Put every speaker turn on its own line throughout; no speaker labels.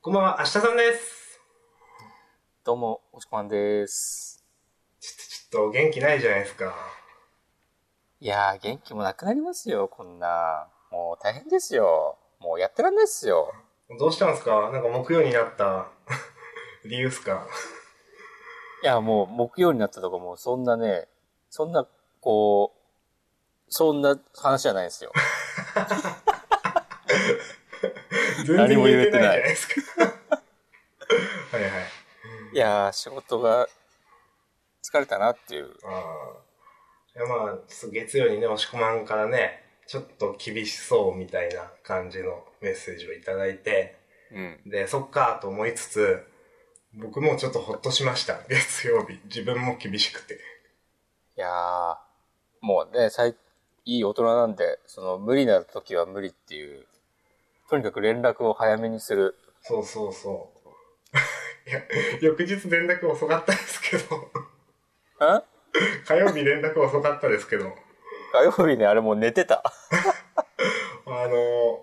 こんばんは、明日さんです。
どうも、おしこまんです。
ちょっと元気ないじゃないですか。
いやー、元気もなくなりますよ、こんな。もう大変ですよ。もうやってらんないっすよ。
どうしたんですかなんか木曜になった 理由っす か
いや、もう木曜になったとかもうそんなね、そんな、こう、そんな話じゃないですよ。
全然
何も
言
言
え
え
てな
て
いじゃな
な
い
い
ですか。 はいはい。
いやー、仕事が疲れたなっていう。
あーいやまあ、ちょっと月曜にね、押し込まんからね、ちょっと厳しそうみたいな感じのメッセージをいただいて、
うん。
で、そっかと思いつつ、僕もちょっとほっとしました。月曜日。自分も厳しくて。
いやー、もうね、最、いい大人なんで、その無理な時は無理っていう。とにかく連絡を早めにする。
そうそうそう。い や、翌日連絡遅かったですけど、
ん
火曜日連絡遅かったですけど、
火曜日ね、あれもう寝てた。
あの、も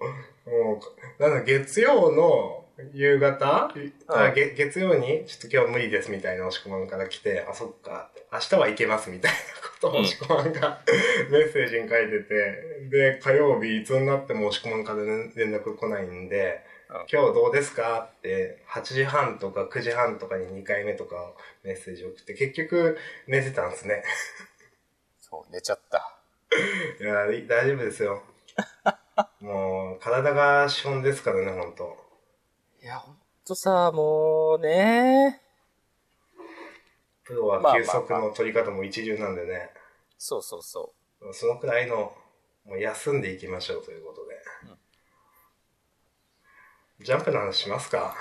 う、なんだ、月曜の夕方、あげ月曜に、ちょっと今日無理ですみたいな押し込まんから来て、あ、そっか、明日は行けますみたいなことを
うん
押し込まんが メッセージに書いてて、で、火曜日いつになっても押し込まんから連連絡来ないんで、今日どうですかって、8時半とか9時半とかに2回目とかメッセージ送って、結局寝てたんですね。
そう、寝ちゃった。
いや、い大丈夫ですよ。 もう、体が資本ですからね、ほんと。
いや、ほんとさ、もうね。
プロは休息の取り方も一流なんでね、
そうそうそ
そのくらいの、もう休んでいきましょうということで。ジャンプの話しますか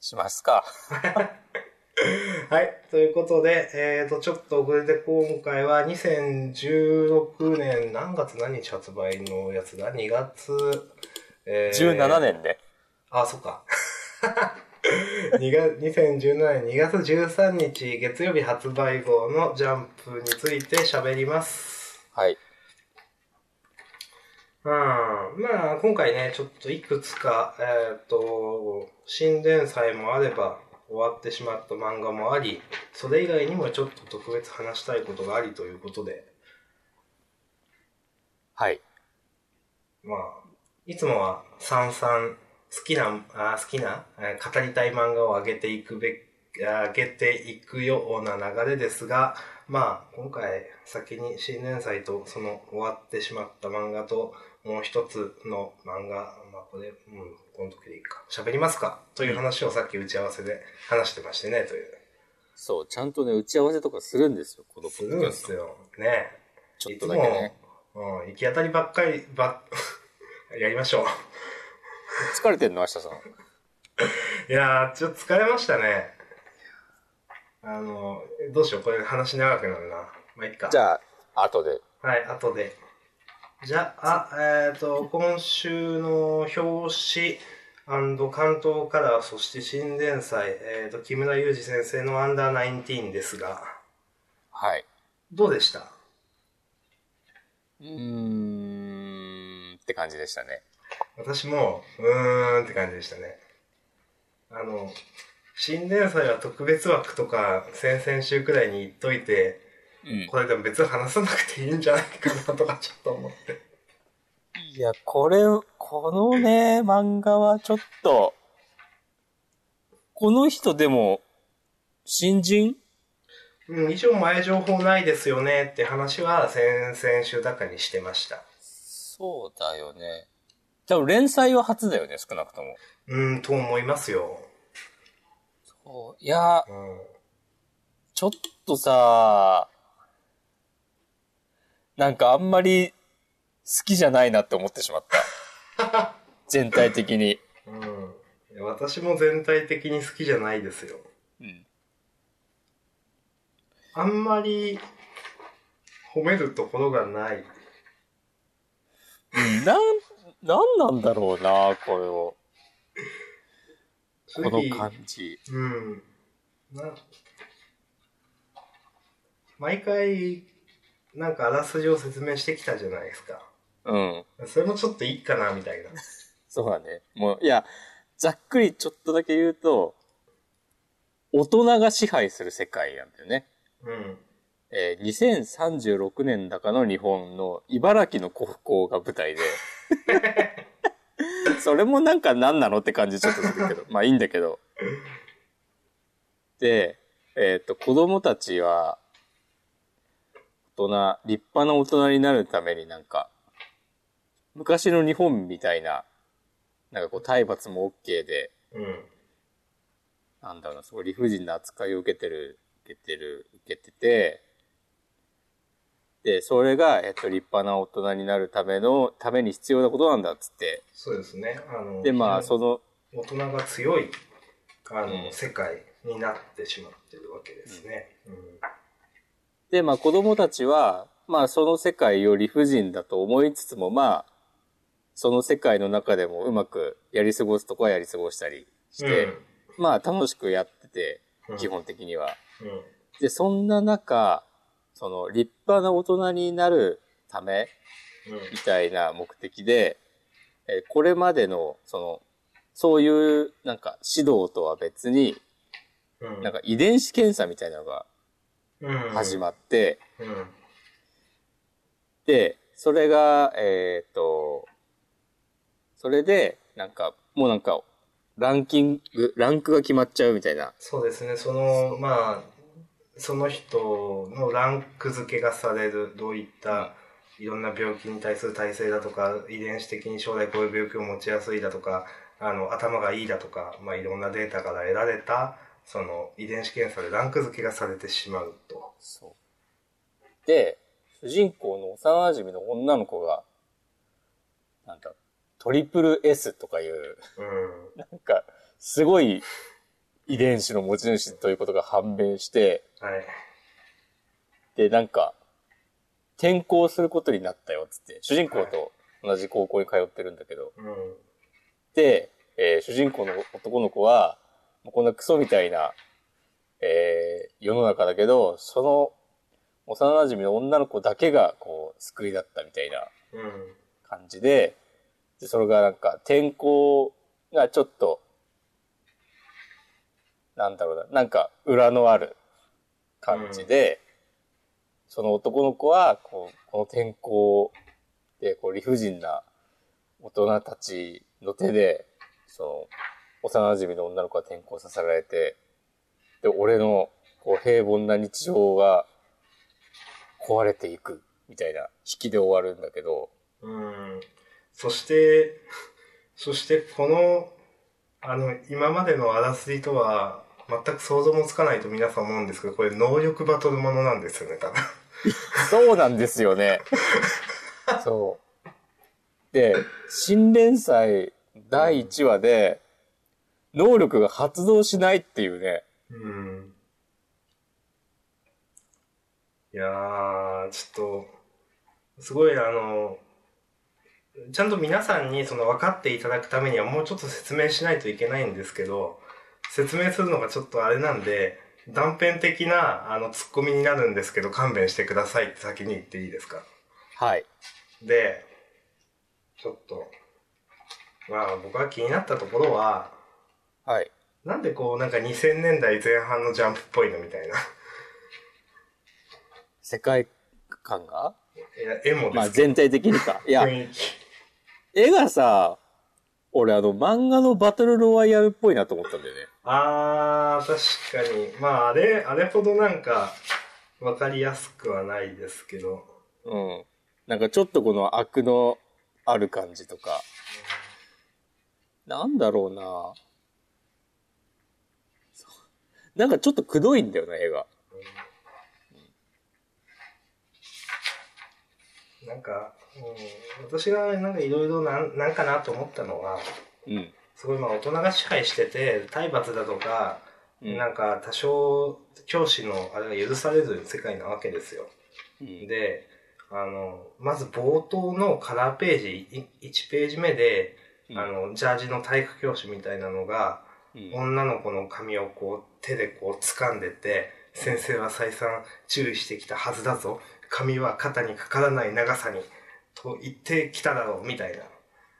う。しますか。
はい。ということで、えーと、ちょっと遅れて今回は2016年何月何日発売のやつだ ?2 月、えー
17年で。
あ、そっか。2月2017年2月13日月曜日発売号のジャンプについて喋ります。
はい。
うん。まあ、今回ね、ちょっといくつか、えっ、と、新連載もあれば、終わってしまった漫画もあり、それ以外にもちょっと特別話したいことがありということで、
はい。
まあ、いつもは三々好きな、あ好きな、えー語りたい漫画を上げていくべき、あ上げていくような流れですが、まあ、今回先に新連載とその終わってしまった漫画と、もう一つの漫画、まあこれ、うん、この時でいいか。喋りますかという話をさっき打ち合わせで話してましてね、という。
そう、ちゃんとね、打ち合わせとかするんですよ、このポ
す
ッ
る
ド
ん
キャ
で
ス
すよ。ね
ト。ちょっとだけね。
いつも、うん、行き当たりばっかり、ばっ、 やりましょう。
疲れてんの、明日さ
い
ん。
やー、ちょっと疲れましたね。あの、どうしよう、これ話長くなるな。まあ、いっか。
じゃあ、後で。
はい、後で。じゃあ、えっ、と、今週の表紙関東カラー、そして新連載、えっ、と、木村祐二先生のアンダーナインティーンですが、
はい。
どうでした
うーん、って感じでしたね。
私も、うーんって感じでしたね。あの、新連載は特別枠とか、先々週くらいに言っといて、
うん。
これでも別に話さなくていいんじゃないかなとかちょっと思って。
いや、これ、このね、漫画はちょっと、この人でも、新人
うん、以上前情報ないですよねって話は先々週だかにしてました。
そうだよね。多分連載は初だよね、少なくとも。
うん、と思いますよ。
そういや、
うん。
ちょっとさ、なんかあんまり好きじゃないなって思ってしまった。 全体的に。
うんいや。私も全体的に好きじゃないですよ。
うん。
あんまり褒めるところがない。
なん、なんなんだろうな、これを。
正
こ
直
の感じ。
うん。な、毎回、なんかあらすじを説明してきたじゃないですか。
うん。
それもちょっといいかな、みたいな。
そうだね。もう、いや、ざっくりちょっとだけ言うと、大人が支配する世界なんだよね。
うん。
えー2036年だかの日本の茨城の古府港が舞台で。それもなんか何なのって感じちょっとするけど。まあいいんだけど。で、えっ、と、子供たちは、大人、立派な大人になるためになんか、昔の日本みたいな、なんかこう体罰も OK で、
うん。
なんだろうな、すごい理不尽な扱いを受けてる、受けてる、受けてて、で、それが、えっと、立派な大人になるための、ために必要なことなんだっつって、
そうですね。あの、
で、まあ、
非常
そ
に大
の、
人が強い、あの、
うん
世界になってしまってるわけですね。うん。
で、まあ、子供たちは、まあ、その世界を理不尽だと思いつつも、まあ、その世界の中でもうまくやり過ごすとこはやり過ごしたりして、まあ、楽しくやってて
うん、
基本的には。
うん。うん。
で、そんな中、その、立派な大人になるため、みたいな目的で、えーこれまでの、その、そういう、なんか、指導とは別に、
うん。
なんか遺伝子検査みたいなのが
うん、
始
っ
まって、
て。うん。
で、それが、えーっと、それで、なんか、もうなんか、ランキング、ランクが決まっちゃうみたいな。
そうですね、その、まあ、その人のランク付けがされる、どういった、いろんな病気に対する耐性だとか、遺伝子的に将来こういう病気を持ちやすいだとか、あの、頭がいいだとか、まあ、いろんなデータから得られた、その、遺伝子検査でランク付けがされてしまうと。
そう。で、主人公の幼馴染の女の子が、なんか、トリプル S とかいう、
うん。
なんか、すごい遺伝子の持ち主ということが判明して、
はい。
で、なんか、転校することになったよ、つって。主人公と同じ高校に通ってるんだけど。
うん。
で、えー主人公の男の子は、もうこんなクソみたいな、えー世の中だけど、その、幼馴染の女の子だけが、こう、救いだったみたいな
うん。
感じで、で、それがなんか、天候がちょっと、なんだろうな、なんか、裏のある感じで、その男の子は、こう、この天候で、こう、理不尽な大人たちの手で、その、幼馴染の女の子は転校させられて、で、俺の、こう、平凡な日常が壊れていく、みたいな、引きで終わるんだけど、
うん。そして、 そしてこの、あの、今までのあらすじとは、全く想像もつかないと皆さん思うんですけど、これ能力バトルものなんですよね、多分。
そうなんですよね。そう。で、新連載第1話で、能力が発動しないっていうね。
うん。いやー、ちょっと、すごいあの、ちゃんと皆さんにその分かっていただくためにはもうちょっと説明しないといけないんですけど、説明するのがちょっとあれなんで、断片的なあのツッコミになるんですけど勘弁してくださいって先に言っていいですか
はい。
で、ちょっと、まあ僕が気になったところは、
はい。
なんでこうなんか2000年代前半のジャンプっぽいのみたいな。
世界観が
いや、絵も
まあ
ですけ
全体的にか。い
ど、
や、
雰囲気。
絵がさ、俺あの漫画のバトルロワイヤルっぽいなと思ったんだよね。
あー、確かに。まあ、あれ、あれほどなんか、わかりやすくはないですけど。
うん。なんかちょっとこの悪のある感じとか。なんだろうなそうなんかちょっとくどいんだよな、絵が。
なんか、うん、私がなんかいろいろなんなんかなと思ったのは、
うん。
すごいまあ大人が支配してて、体罰だとか、
うん
なんか多少教師のあれが許される世界なわけですよ。
うん。
で、あの、まず冒頭のカラーページ、い1ページ目で、
うん
あの、ジャージの体育教師みたいなのが、
うん
女の子の髪をこう手でこう掴んでて、先生は再三注意してきたはずだぞ。髪は肩にかからない長さに、と言ってきただろう、みたいな。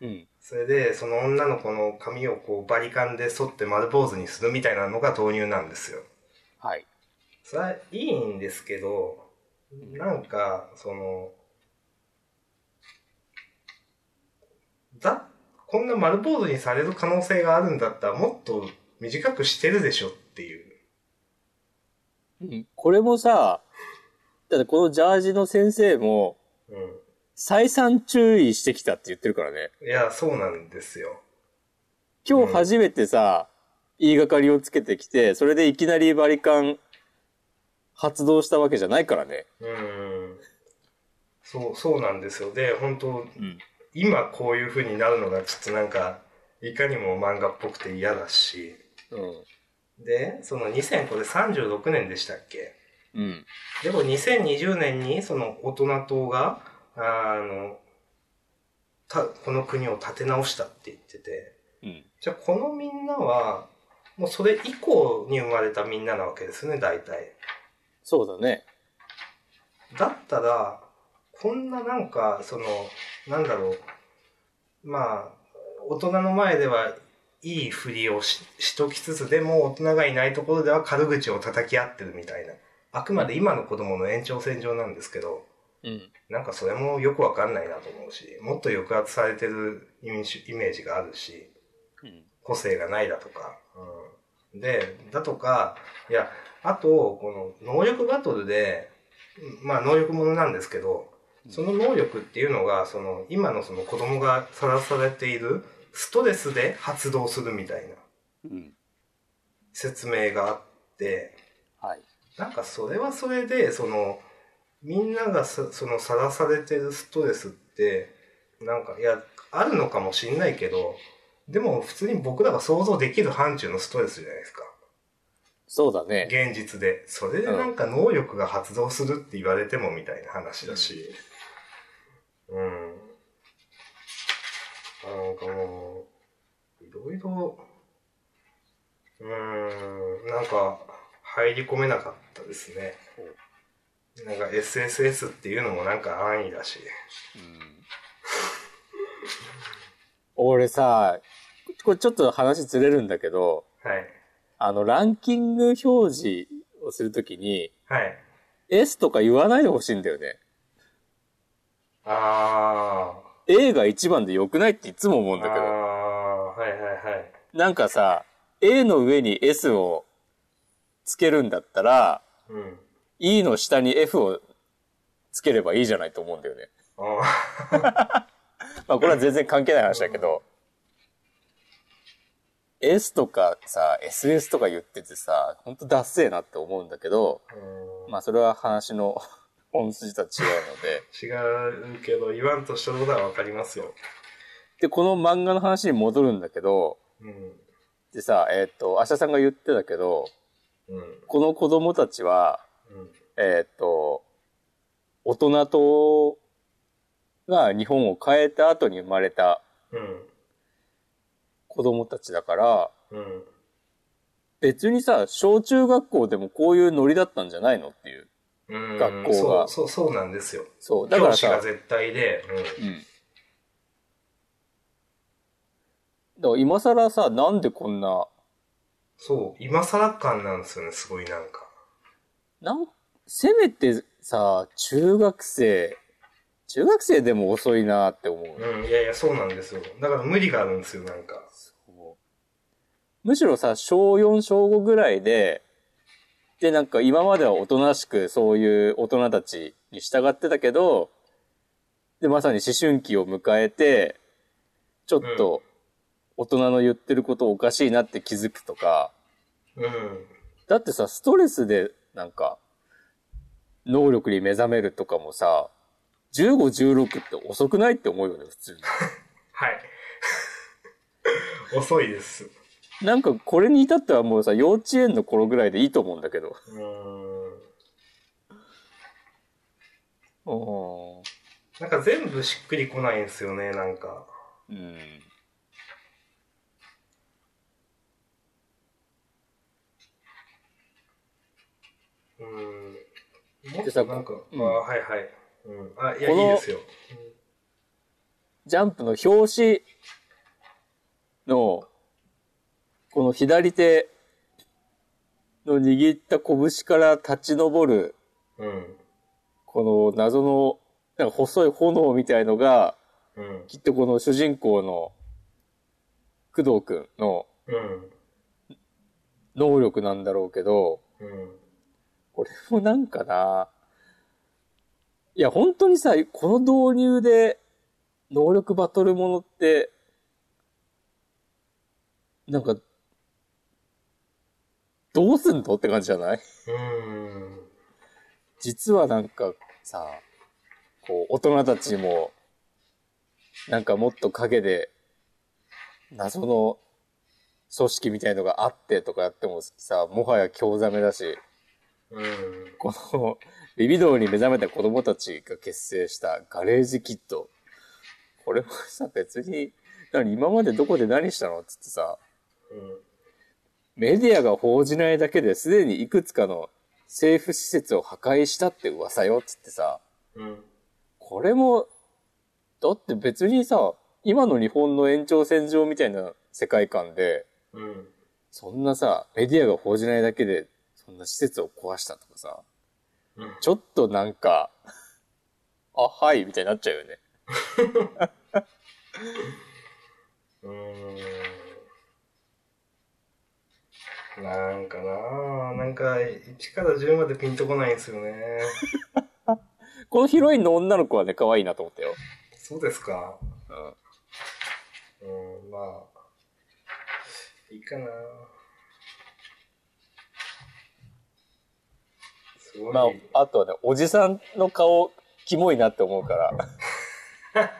うん。
それで、その女の子の髪をこうバリカンで剃って丸坊主にするみたいなのが導入なんですよ。
はい。
それはいいんですけど、なんか、その、だ、こんな丸坊主にされる可能性があるんだったらもっと短くしてるでしょっていう。
うん。これもさ、だってこのジャージの先生も、
う
再三注意してきたって言ってるからね。
ん。いや、そうなんですよ。
今日初めてさ、言いがかりをつけてきて、それでいきなりバリカン発動したわけじゃないからね。
うん。そう、そうなんですよ。で、本当
うん。
今こういう風になるのがちょっとなんか、いかにも漫画っぽくて嫌だし。
うん。
で、その2000、これ36年でしたっけ
うん。
でも2020年にその大人党が、あの、た、この国を立て直したって言ってて、
うん。
じゃあこのみんなは、もうそれ以降に生まれたみんななわけですね、大体。
そうだね。
だったら、こんななんか、その、なんだろう。まあ、大人の前ではいいふりをししときつつ、でも大人がいないところでは軽口を叩き合ってるみたいな。あくまで今の子供の延長線上なんですけど、
うん。
なんかそれもよくわかんないなと思うし、もっと抑圧されてるイメージイメージがあるし、
うん。
個性がないだとか。うん、で、だとか、いや、あと、この能力バトルで、うんまあ能力ものなんですけど、その能力っていうのが、その今のその子供がさらされているストレスで発動するみたいな
うん。
説明があって、
はい。
なんかそれはそれで、その、みんながさ、その、さらされてるストレスって、なんか、いや、あるのかもしんないけど、でも普通に僕らが想像できる範疇のストレスじゃないですか。
そうだね。
現実で。それでなんか能力が発動するって言われてもみたいな話だし。うん。なんかもう、いろいろ、うーん、なんか、入り込めなかったですね。なんか SSS っていうのもなんか安易だし。
俺さ、これちょっと話ずれるんだけど、
はい。
あの、ランキング表示をするときに、
はい。
S とか言わないでほしいんだよね。
あ
A が1番で良くないっていつも思う
ー。
ん
あ
だけど。
ー、はいはいはい。
なんかさ、A の上に S をつけるんだったら、
うん。
E の下に F をつければいいじゃないと思うんだよね。
あー。
まあこれは全然関係ない話だけど、S とかさ、SS とか言っててさ、ほんとダッセーなって思うんだけど、
うん
まあそれは話の 本筋とは違うの
違
で。
うけど言わんとしたことはわかりますよ。
で、この漫画の話に戻るんだけど、
うん。
でさ、えっ、と、アシャさんが言ってたけど、
うん。
この子供たちは、
うん。
えっ、と、大人とが日本を変えた後に生まれた
うん。
子供たちだから、
うん。
別にさ、小中学校でもこういうノリだったんじゃないのっていう。
うん
学校が
そう、そう、そうなんですよ。
そう。だか
教
ら
師が
さ、
絶対で、
うん。だから今更さ、なんでこんな、
そう、今更感なんですよね、すごいなんか。
なん、せめてさ、中学生、中学生でも遅いなって思う。
うん、いやいや、そうなんですよ。だから無理があるんですよ、なんか。
むしろさ、小4、小5ぐらいで、で、なんか今まではおとなしくそういう大人たちに従ってたけど、で、まさに思春期を迎えて、ちょっと大人の言ってることおかしいなって気づくとか、
うん。
だってさ、ストレスでなんか、能力に目覚めるとかもさ、15、16って遅くないって思うよね、普通に。
はい。 遅いです。
なんかこれに至ってはもうさ、幼稚園の頃ぐらいでいいと思うんだけど。
うん。
うん。
なんか全部しっくりこないんですよね、なんか。
うん。
うん。もっ
でさ
となんか、
うん
あはいはい。うん。あ、いや、
この
いいですよ。
ジャンプの表紙の、この左手の握った拳から立ち上る、
うん。
この謎の、なんか細い炎みたいのが、
うん。
きっとこの主人公の工藤くんの
うん。
能力なんだろうけど、
うん。
これもなんかな、いや、本当にさ、この導入で、能力バトルものって、なんか、どうすんのって感じじゃない
うん。
実はなんかさ、こう、大人たちも、なんかもっと陰で、謎の組織みたいのがあってとかやってもさ、もはや興ざめだし、
うん。
この、リビドーに目覚めた子供たちが結成したガレージキット。これもさ、別に、何、今までどこで何したのっつってさ、
うん。
メディアが報じないだけですでにいくつかの政府施設を破壊したって噂よっつってさ、
うん。
これも、だって別にさ、今の日本の延長線上みたいな世界観で、
うん。
そんなさ、メディアが報じないだけで、そんな施設を壊したとかさ、
うん。
ちょっとなんか、あ、はい、みたいになっちゃうよね。
うーんなんかなぁ、なんか1から10までピンとこないんですよね。
このヒロインの女の子はね、可愛いなと思ったよ。
そうですか。
うん。
うん、まあ、いいかなぁ。すごい。
まあ、あとはね、おじさんの顔、キモいなって思うから。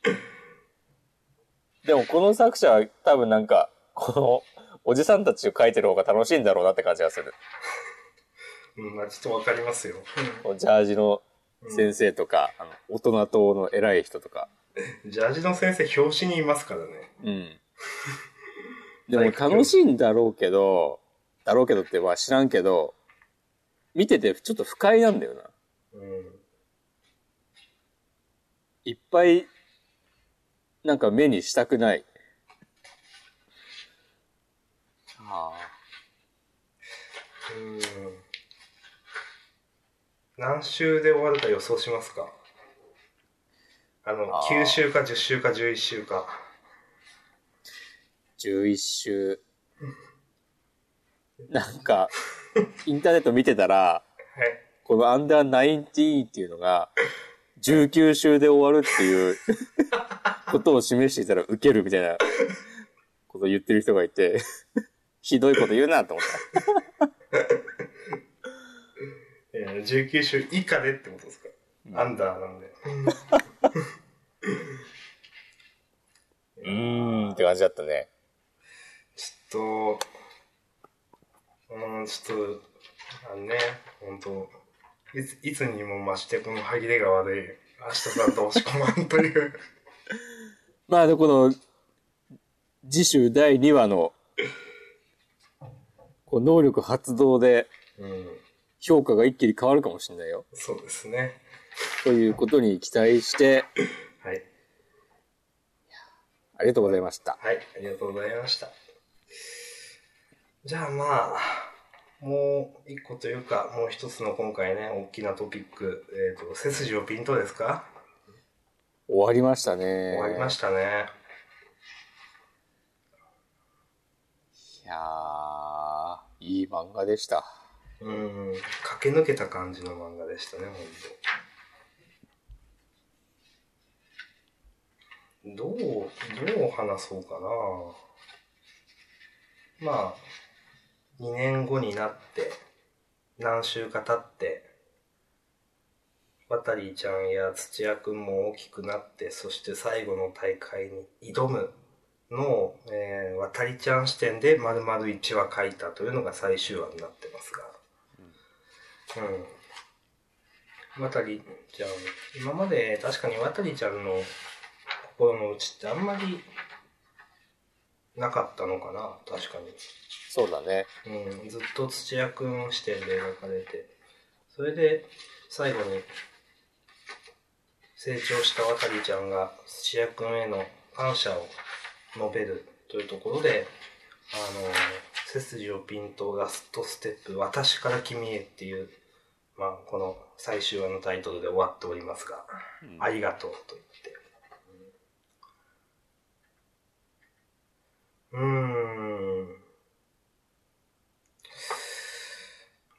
でも、この作者は多分なんか、この、おじさんたちを描いてる方が楽しいんだろうなって感じがする。
うん、まあちょっとわかりますよ。
このジャージの
うん
先生とか、あの大人党の偉い人とか。
ジャージの先生、表紙にいますからね。
うん。でも楽しいんだろうけど、だろうけどって、まあ知らんけど、見ててちょっと不快なんだよな。
う
いっぱい、なんか目にしたくない。あ
ん。うん。何週で終わるか予想しますかあの、
あー
9週か10週か11週か。
11週。なんか、インターネット見てたら、
はい。
このアンダーナインティーンっていうのが、19週で終わるっていうことを示していたら受けるみたいなことを言ってる人がいて、ひどいこと言うなと思っ
え
た。
ー19週以下でってことですか、アンダーなんで。
うーんって感じだったね。
ちょっと、うん、ちょっと、あのね、本当いついつにも増してこの歯切れが悪い、明日さんと押し込まんという。
まあ、でこの、次週第2話の、こう能力発動で
うん、
評価が一気に変わるかもしれないよ。
そうですね。
ということに期待して、
はい。
ありがとうございました。
はい、ありがとうございました。じゃあまあ、もう一個というか、もう一つの今回ね、大きなトピック、えっ、と、背筋をピントですか
終わりましたね。
終わりましたね。
いやー、いい漫画でした。
うん、駆け抜けた感じの漫画でしたね、本当。どう、どう話そうかな。まあ、2年後になって、何週か経って、渡りちゃんや土屋くんも大きくなって、そして最後の大会に挑むのを、えー、渡りちゃん視点で丸々1話書いたというのが最終話になってますが。うん。渡りちゃん、今まで確かに渡りちゃんの心の内ってあんまりなかったのかな、確かに。
そうだね。
うん、ずっと土屋くん視点で描かれて、それで最後に成長した渡ちゃんが主役への感謝を述べるというところで、あの、背筋をピンとラストステップ、私から君へっていう、まあ、この最終話のタイトルで終わっておりますが、
うん
ありがとうと言って。うん。うーん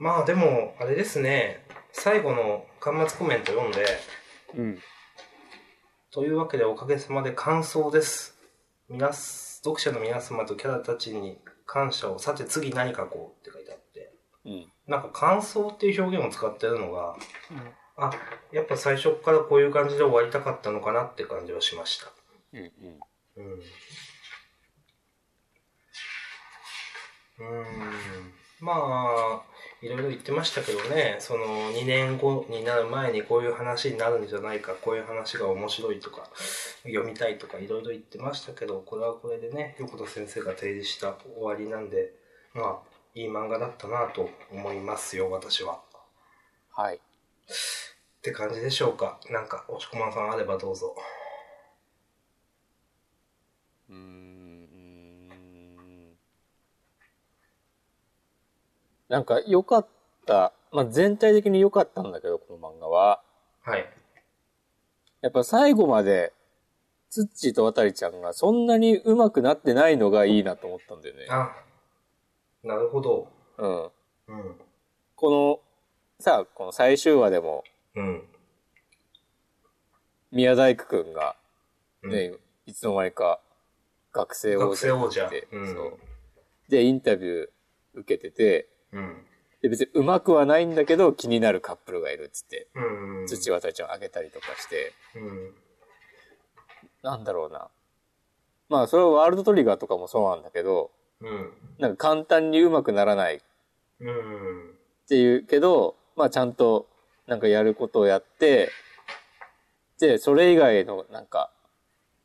まあでも、あれですね、最後の端末コメント読んで、
うん。
というわけでおかげさまで感想です。皆す、読者の皆様とキャラたちに感謝を、さて次何書こうって書いてあって、
うん。
なんか感想っていう表現を使ってるのが、あ、やっぱ最初からこういう感じで終わりたかったのかなって感じはしました。
うん。うん。
うん。うーん。まあ、いろいろ言ってましたけどね、その2年後になる前にこういう話になるんじゃないか、こういう話が面白いとか、読みたいとかいろいろ言ってましたけど、これはこれでね、横田先生が提示した終わりなんで、まあ、いい漫画だったなと思いますよ、私は。
はい。
って感じでしょうか。なんか、押し込まんさんあればどうぞ。
うーん。なんか良かった。まあ、全体的に良かったんだけど、この漫画は。
はい。
やっぱ最後まで、ツッチーと渡ちゃんがそんなに上手くなってないのがいいなと思ったんだよね。
あ、なるほど。
うん。
うん。
この、さあ、この最終話でも、
うん。
宮大工くんが、
うん
ね、いつの間にか学生王
学生
者に
王
な
者
って、。
うん
そう。で、インタビュー受けてて、
うん。
で、別に上手くはないんだけど気になるカップルがいるっつって、
うん。
土渡ちゃんあげたりとかして、
うん。
なんだろうな。まあ、それはワールドトリガーとかもそうなんだけど、
うん。
なんか簡単に上手くならないっ
うん。
ていうけど、まあ、ちゃんと、なんかやることをやって、で、それ以外の、なんか、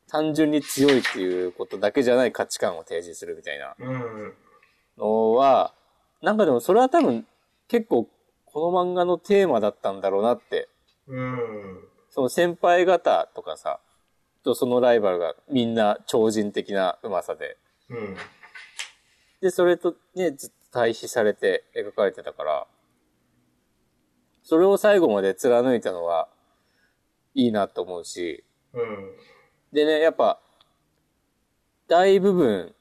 単純に強いっていうことだけじゃない価値観を提示するみたいな
うん。
のは、なんかでもそれは多分結構この漫画のテーマだったんだろうなって、
うん。
その先輩方とかさ、とそのライバルがみんな超人的なうまさで、
うん。
で、それとね、ずっと対比されて描かれてたから、それを最後まで貫いたのは、いいなと思うし、
うん。
でね、やっぱ、大部分、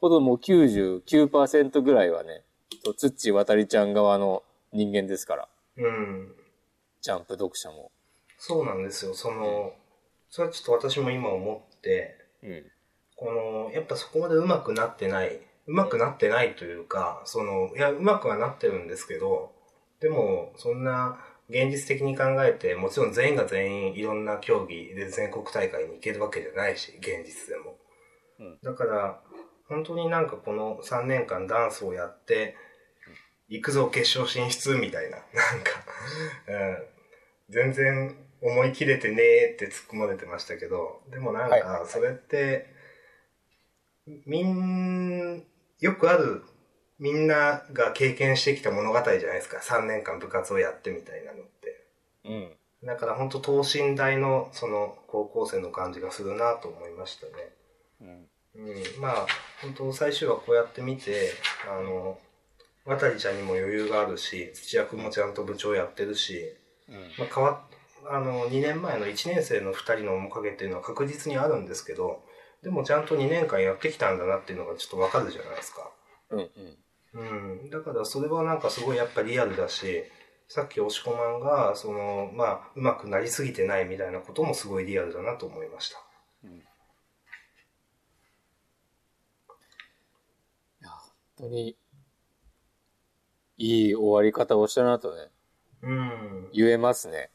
ほどもう99%ぐらいはね、とつっちーわたりちゃん側の人間ですから、
うん。
ジャンプ読者も。
そうなんですよ。その、それはちょっと私も今思って、
うん。
この、やっぱそこまで上手くなってない。上手くなってないというか、その、いや、上手くはなってるんですけど、でも、そんな、現実的に考えて、もちろん全員が全員いろんな競技で全国大会に行けるわけじゃないし、現実でも。
うん
だから、本当になんかこの3年間ダンスをやって、行くぞ決勝進出みたいな、なんか、うん、全然思い切れてねーって突っ込まれてましたけど、でもなん
はいはいは
か
い、
それって、みん、よくある、みんなが経験してきた物語じゃないですか。3年間部活をやってみたいなのって。
うん。
だから本当等身大の、その、高校生の感じがするなと思いましたね。
うん。
うん、まあ本当最終はこうやって見てあの渡ちゃんにも余裕があるし土屋君もちゃんと部長やってるし、
うん。
まあ、変わあの2年前の1年生の2人の面影っていうのは確実にあるんですけどでもちゃんと2年間やってきたんだなっていうのがちょっとわかるじゃないですか。
うん。
うん、だからそれはなんかすごいやっぱリアルだしさっき押し込まんがそのまあうまくなりすぎてないみたいなこともすごいリアルだなと思いました。
いや、本当に、いい終わり方をしたなとね、
うん
言えますね。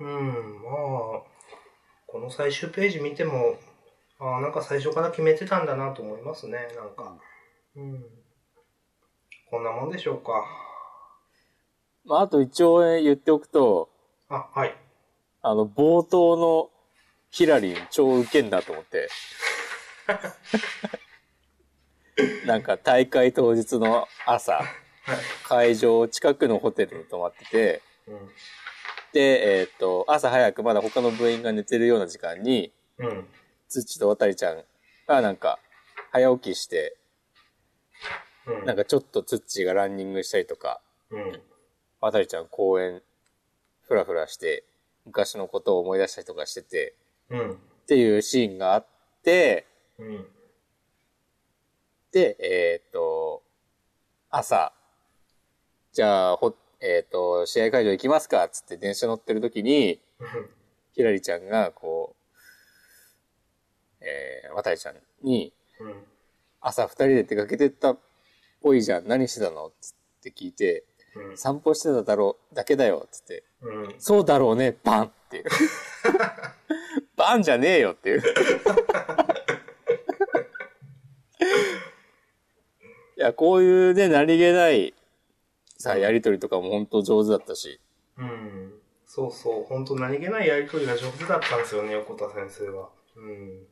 うん、まあ、この最終ページ見ても、ああ、なんか最初から決めてたんだなと思いますね、なんか。うん。こんなもんでしょうか。
まあ、あと一応ね言っておくと、
あ、はい。
あの、冒頭のヒラリン超ウケんだと思って。なんか大会当日の朝、
はい。
会場近くのホテルに泊まってて、
うん。
で、えっ、と、朝早くまだ他の部員が寝てるような時間に、
うん。
つっちと渡りちゃんがなんか、早起きして、
うん。
なんかちょっとつっちがランニングしたりとか、
うん。
渡りちゃん公園、ふらふらして、昔のことを思い出したりとかしてて、
うん。
っていうシーンがあって、
うん。
で、えーっと、朝、じゃあ、ほ、えーっと、試合会場行きますか、つって電車乗ってる時に、ひらりちゃんが、こう、えー、渡りちゃんに、
うん。
朝二人で出かけてったっぽいじゃん、何してたのつって聞いて、
うん。
散歩してただろう、だけだよ、つって、
うん。
そうだろうね、バンっていう。 バンじゃねえよっていう。いや、こういうね、何気ない、さ、やりとりとかも本当上手だったし。
うん。そうそう。本当何気ないやりとりが上手だったんですよね、横田先生は。うん。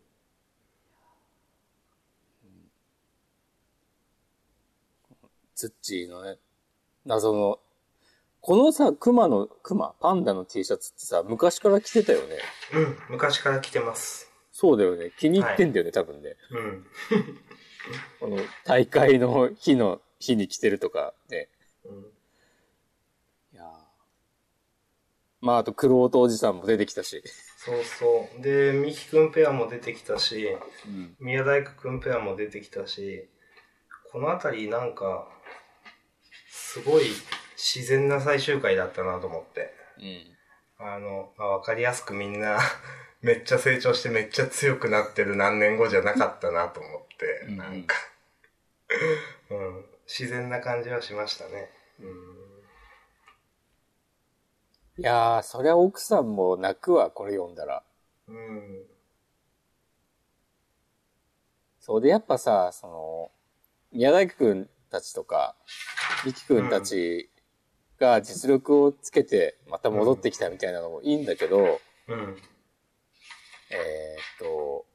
ツッチーのね、謎の、このさ、熊の、熊、パンダの T シャツってさ、昔から着てたよね。
うん。昔から来てます。
そうだよね。気に入ってんだよね、多分ね。
うん。
この大会の日の、日に着てるとかね。
うん。
いやーまあ、あと、クロートおじさんも出てきたし。
そうそう。で、三木くんペアも出てきたし、宮大工くんペアも出てきたし、このあたりなんか、すごい自然な最終回だったなと思って。あの、まあ、わかりやすくみんな、 めっちゃ成長してめっちゃ強くなってる何年後じゃなかったなと思って、
うん
なんか、 うん、自然な感じはしましたね。
いやー、そりゃ奥さんも泣くわ、これ読んだら。
うん。うん。
そうで、やっぱさ、その、宮大工くんたちとか、ミキくんたちが実力をつけて、また戻ってきたみたいなのもいいんだけど、え
う
ーっ
ん。
と、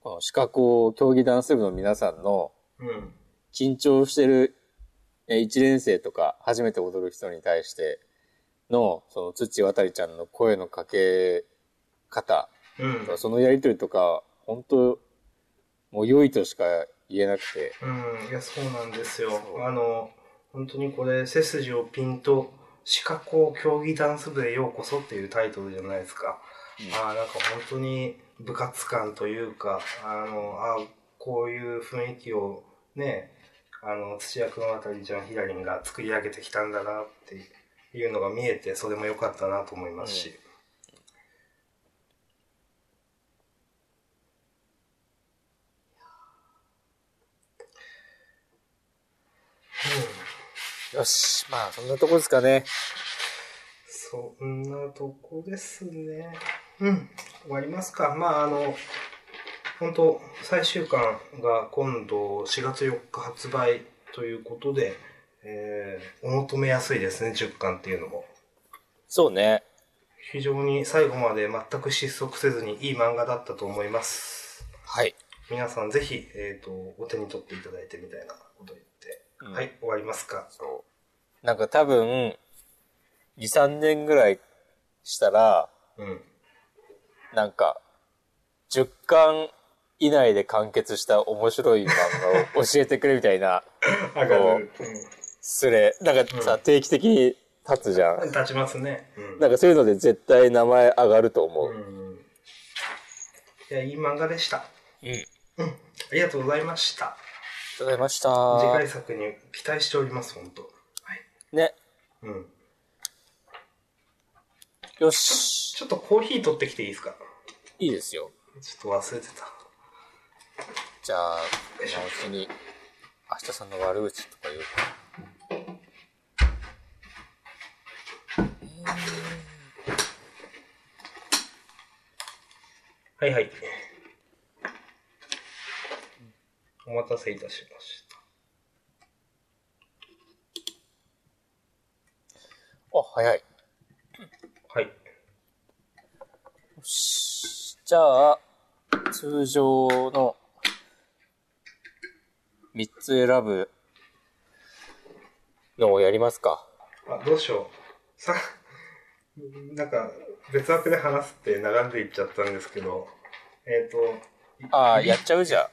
この資格を競技ダンス部の皆さんの、
うん。
緊張してるえー一年生とか初めて踊る人に対しての、その土渡りちゃんの声のかけ方、
うん。
そのやりとりとか、本当もう良いとしか言えなくて。
うん、いや、そうなんですよ
そ。う
あの、本当にこれ、背筋をピンと、シカゴ競技ダンス部へようこそっていうタイトルじゃないですか。ああ、なんか本当に部活感というか、あの、あーこういう雰囲気をね、あの、土屋くんあたりちゃん、ひらりんが作り上げてきたんだなっていうのが見えて、それも良かったなと思いますし。
よし、まあそんなとこですかね。
そんなとこですね。うん。終わりますか。まあ、あの、本当最終巻が今度4月4日発売ということで、えー、お求めやすいですね、10巻っていうのも。
そうね。
非常に最後まで全く失速せずにいい漫画だったと思います。
はい。
皆さんぜひ、えっ、と、お手に取っていただいてみたいなこと言って。
うん
はい、終わりますか。
そう。なんか多分、2、3年ぐらいしたら、
うん。
なんか、10巻以内で完結した面白い漫画を教えてくれみたいな、
上
がる。スレ、なんかさ、
うん
定期的に立つじゃん。
立ちますね。うん
なんかそういうので絶対名前上がると思う。
うんいや、いい漫画でした。
うん。あり
うん。ありがとうございました。
がとうございまし
次回
た。
作に期待しております、本当。はい。
ね。
うん。
よし。
ちょっとコーヒー取ってきていいですか
いいですよ。
ちょっと忘れてた。
じゃあ、今のうちに、明日さんの悪口とか言うか。
はいはい。お待たせいたしました。
あ、早い。
はい。
よし。じゃあ、通常の3つ選ぶのをやりますか。
あ、どうしよう。さ、なんか、別枠で話すって並んでいっちゃったんですけど、えっ、と、い
ああ、
い
やっちゃうじゃ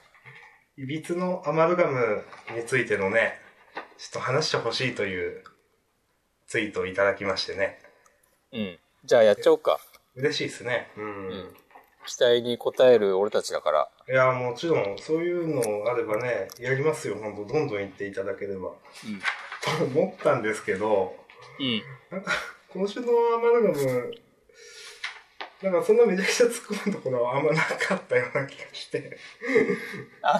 ん。
いびつのアマルガムについてのね、ちょっと話してほしいというツイートをいただきましてね。
うん。じゃあやっちゃおうか。
嬉しいですね。うん。
ん期待に応える俺たちだから。
いや、もちろん、そういうのあればね、やりますよ。ほんと、どんどん言っていただければ。 と思ったんですけど、
うん。うん。
今週のアマルガム、なんかそんなめちゃくちゃ突っ込むところはあんまなかったような気がして。
あ、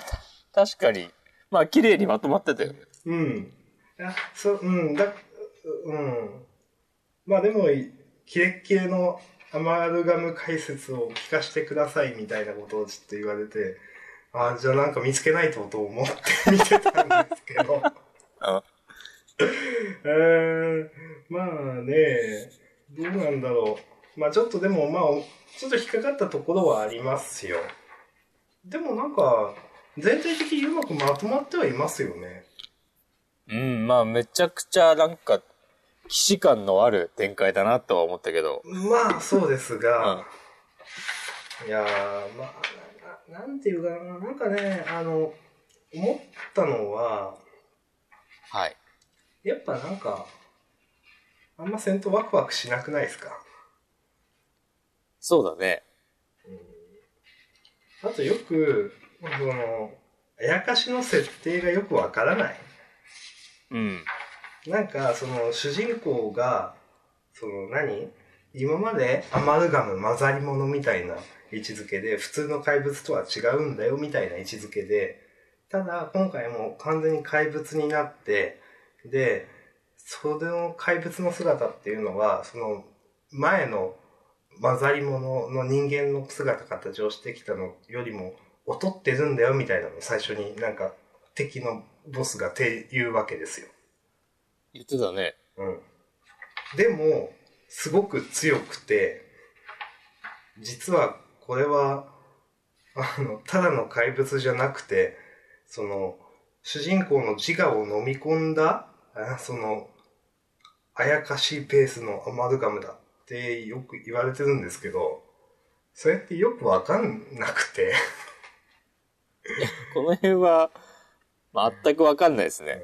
た確かに。まあ、綺麗にまとまってたよね。
うん。あ、そう、うん、だ、うん。まあでも、いキレッキレのアマルガム解説を聞かせてくださいみたいなことをちょっと言われて、あ、じゃあなんか見つけないとと思って見てたんですけ ど。
あ
えー、まあね、どうなんだろう。まあちょっとでも、まあ、ちょっと引っかかったところはありますよ。でもなんか、全体的にうまくまとまってはいますよね。
うん、まあ、めちゃくちゃなんか、既視感のある展開だなとは思ったけど。
まあ、そうです
う
が、
ん。
いやー、まあな、ななんていうかな、なんかね、あの、思ったのは、
はい。
やっぱなんか、あんま戦闘ワクワクしなくないですか
そうだね。
あとよく、その、あやかしの設定がよくわからない。
うん。
なんか、その、主人公が、その何、今までアマルガム混ざり物みたいな位置づけで、普通の怪物とは違うんだよみたいな位置づけで、ただ、今回もう完全に怪物になって、で、その怪物の姿っていうのは、その、前の混ざり物の人間の姿形をしてきたのよりも劣ってるんだよみたいなのを最初になんか敵のボスがて言うわけですよ。
言ってたね。
うん。でも、すごく強くて、実はこれは、あの、ただの怪物じゃなくて、その、主人公の自我を飲み込んだ、あその、あやかしベースのアマルガムだってよく言われてるんですけど、それってよくわかんなくて、
この辺は、全くわかんないですね。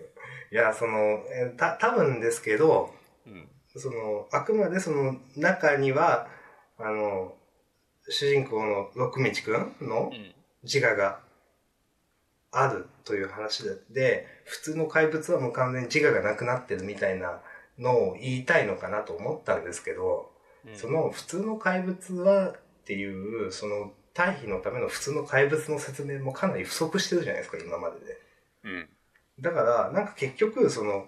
いや、その、えた、多分ですけど、
うん。
その、あくまでその中には、あの、主人公の六道くんの
ん。
自我があるという話で、で普通の怪物はもう完全に自我がなくなってるみたいなのを言いたいのかなと思ったんですけど、その普通の怪物はっていう、その対比のための普通の怪物の説明もかなり不足してるじゃないですか、今までで。
うん。
だから、なんか結局、その、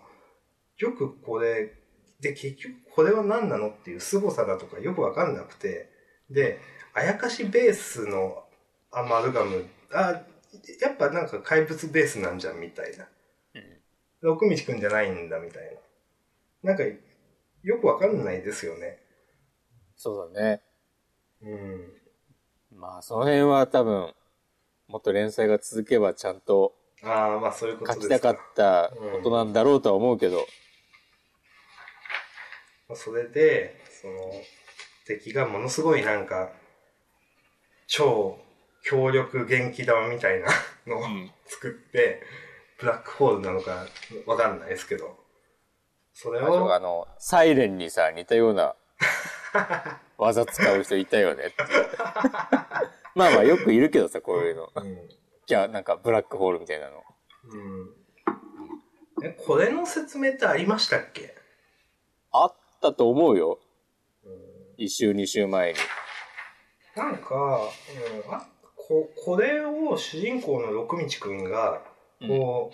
よくこれ、で、結局これは何なのっていう凄さだとかよくわかんなくて、で、あやかしベースのアマルガム、あ、やっぱなんか怪物ベースなんじゃんみたいな。
うん
六道くんじゃないんだみたいな。なんか、よくわかんないですよね。
そうだね。
うん。
まあ、その辺は多分、もっと連載が続けばちゃんと
ああ、まあそういうこと
書
で
き
す
たかったことなんだろうとは思うけど、
まあそれで、その、敵がものすごいなんか、超強力元気玉みたいな のを
ん
作って、ブラックホールなのかわかんないですけど、それ
あとあ
を、
の、サイレンにさ、似たよう な技使う人いたよねっていうまあまあよくいるけどさ、こういうの。
うん、
いや、なんかブラックホールみたいなの。
うん。え、これの説明ってありましたっけ
あったと思うよ。一週、二週前に。
なんか、うん、あここれを主人公の六道くんがこ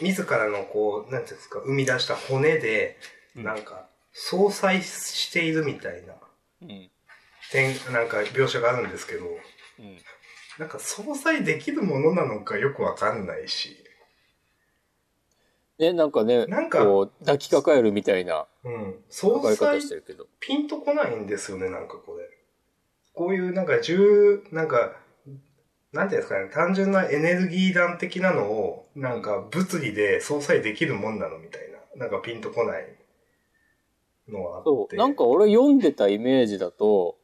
う、自らのこうなんていうんですか生み出した骨で
うん
なんか相殺しているみたいな
うん。
点なんか描写があるんですけど
うん。
なんか相殺できるものなのかよくわかんないし、
ね、なんかね、
なんか
こう、抱きかかえるみたいな
うん、
かか
相
り方し
殺
てるけど。
ピンとこないんですよねなんかこれ。こういうなんか重なんかなんていうんですかね、単純なエネルギー弾的なのを、なんか物理で相殺できるもんなのみたいなんかピンとこないのはあって。
そう。なんか俺読んでたイメージだと、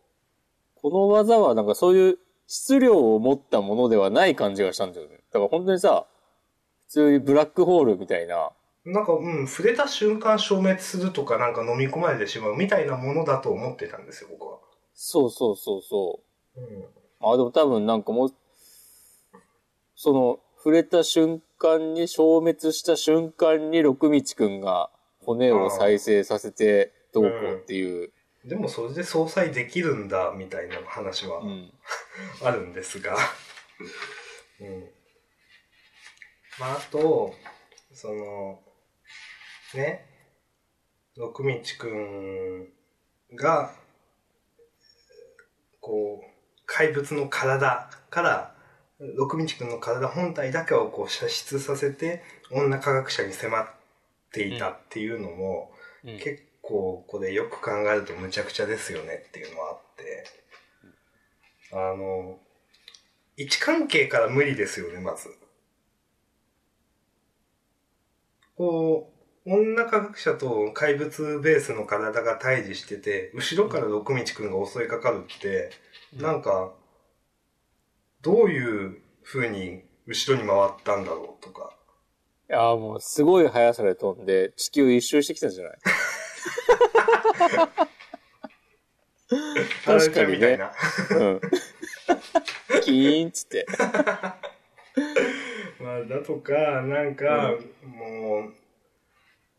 この技はなんかそういう質量を持ったものではない感じがしたんだよね。だから本当にさ、普通にブラックホールみたいな、
なんか、うん、触れた瞬間消滅するとか、なんか飲み込まれてしまうみたいなものだと思ってたんですよ、僕は。
そうそうそうそう。
うん。
あ、でも多分なんかもう、その、触れた瞬間に、消滅した瞬間に、六道くんが骨を再生させて、どうこうっていう、
でも、それで相殺できるんだ、みたいな話は
うん
あるんですが。 うん。まあ、あと、その、ね、六道くんが、こう、怪物の体から、六道くんの体本体だけをこう射出させて、女科学者に迫っていたっていうのも、
うん
結構これよく考えるとむちゃくちゃですよねっていうのはあって、あの、位置関係から無理ですよね、まず。こう、女科学者と怪物ベースの体が対峙してて、後ろから六道くんが襲いかかるって、なんか、どういう風に後ろに回ったんだろうとか。
いやーもうすごい速さで飛んで、地球一周してきたんじゃない確か
あれ
にね
みたいな。
うん。 キーンっつって。
まあ、だとか、なんか、もう、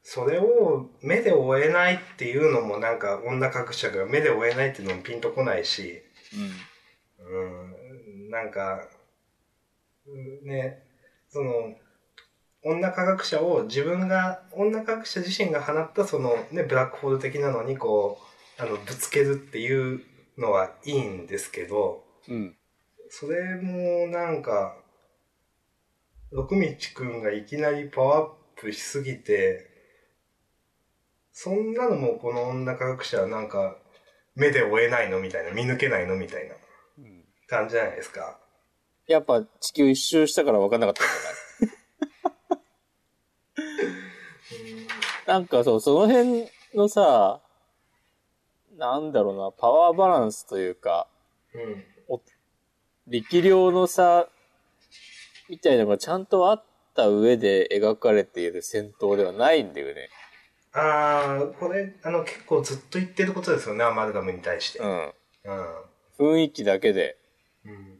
それを目で追えないっていうのも、なんか、女各社が目で追えないっていうのもピンとこないし、うん、なんか、うんね、その、女科学者を自分が、女科学者自身が放ったそのね、ブラックホール的なのにこう、あの、ぶつけるっていうのはいいんですけど、
うん。うん。
それもなんか、六道くんがいきなりパワーアップしすぎて、そんなのもこの女科学者はなんか、目で追えないのみたいな、見抜けないのみたいな
うん
感じじゃないですか。
やっぱ地球一周したから分かんなかったんじゃない なんかそう、その辺のさ、なんだろうな、パワーバランスというか、
うん。うん。
力量の差みたいなのがちゃんとあった上で描かれている戦闘ではないんだよね。
あー、これ、あの、結構ずっと言ってることですよね、アマルガムに対して。
うん。
うん。
雰囲気だけで。
うん。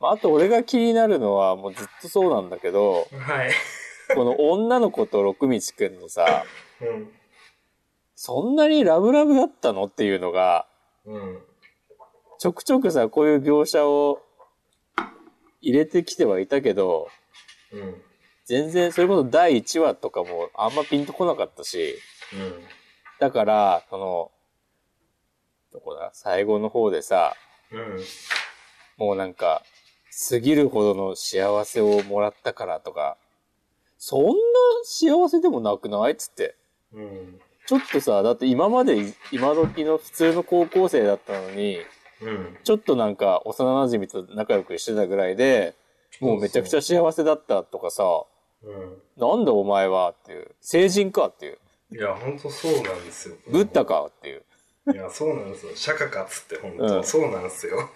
まあ、あと俺が気になるのはもうずっとそうなんだけど、
はい。
この女の子と六道くんのさ、
うん。
そんなにラブラブだったのっていうのが、
うん。
ちょくちょくさ、こういう描写を入れてきてはいたけど、
うん。うん。
全然、それこそ第1話とかもあんまピンとこなかったし、だから、その、どこだ、最後の方でさ、
うん。
もうなんか、過ぎるほどの幸せをもらったからとか、そんな幸せでもなくないっつって。
うん。
ちょっとさ、だって今までい、今時の普通の高校生だったのに、
うん。
ちょっとなんか幼馴染と仲良くしてたぐらいで、もうめちゃくちゃ幸せだったとかさ、
うん。
なんだお前はっていう、成人かっていう、
いや、ほんとそうなんですよ。
ブッダかっていう。
いや、そうなんですよ。釈迦かっつって、ほん
う
と。
ん
そうなんですよ。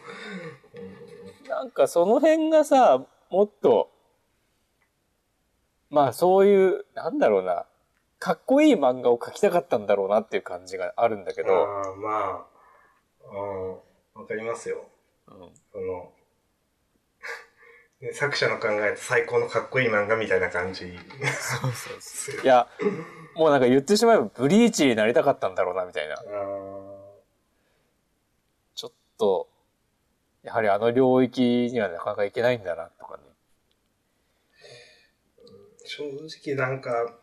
なんかその辺がさ、もっと、まあそういう、なんだろうな、かっこいい漫画を描きたかったんだろうなっていう感じがあるんだけ
あ
ど、
あ、まあ、うん、わかりますよ。
うん
その、 ね作者の考えた最高のかっこいい漫画みたいな感じ。そうそうそう。
いや、もうなんか言ってしまえばブリーチになりたかったんだろうなみたいな
あ。ー
ちょっと、やはりあの領域にはなかなかいけないんだなとかね。
正直なんか、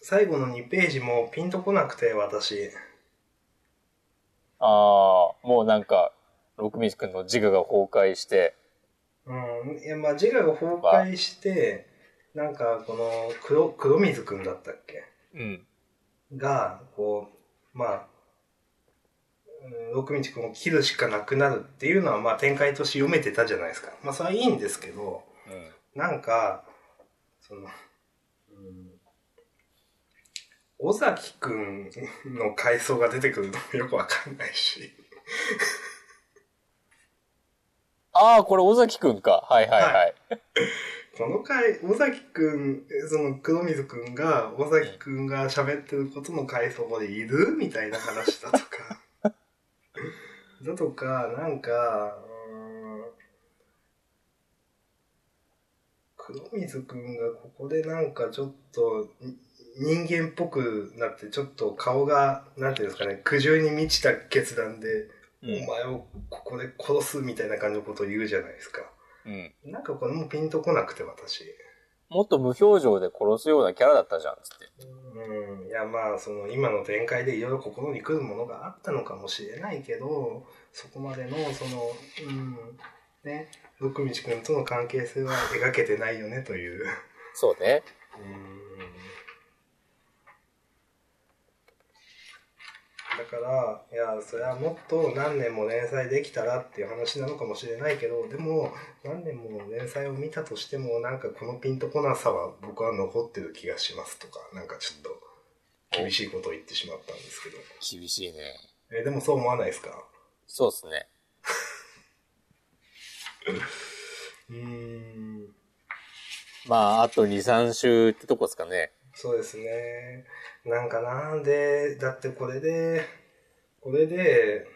最後の2ページもピンとこなくて、私。
ああ、もうなんか、六道くんの自我が崩壊して、
うん、いや、まあ、自我が崩壊して、なんか、この、黒、黒水くんだったっけ
うん。
が、こう、まあ、うん六道君を切るしかなくなるっていうのは、まあ展開として読めてたじゃないですか。まあそれはいいんですけど、
うん。
なんか、その、うん尾崎くんの回想が出てくるのもよくわかんないし。
ああ、これ尾崎くんか。はいはいはい。
この回、尾崎くん、その黒水くんが、尾崎くんが喋ってることの回想でいるみたいな話だとか。 だとか、なんか、うーん黒水くんがここでなんかちょっと、に人間っぽくなって、ちょっと顔が、なんていうんですかね、苦渋に満ちた決断で、
うん
お前をここで殺すみたいな感じのことを言うじゃないですか。
うん。
なんかこれもピンとこなくて私。
もっと無表情で殺すようなキャラだったじゃん、つって。
うん。いやまあその今の展開でいろいろ心に来るものがあったのかもしれないけど、そこまでのその、うん、ね、福道くんとの関係性は描けてないよねという。
そうね。
うん。だから、いや、それはもっと何年も連載できたらっていう話なのかもしれないけど、でも、何年も連載を見たとしても、なんかこのピンとこなさは僕は残ってる気がしますとか、なんかちょっと厳しいことを言ってしまったんですけど。
厳しいね。
えでもそう思わないですか
そうですね。
うーん。
まあ、あと2、3週ってとこですかね。
そうですね。なんかなんで、だってこれで、これで、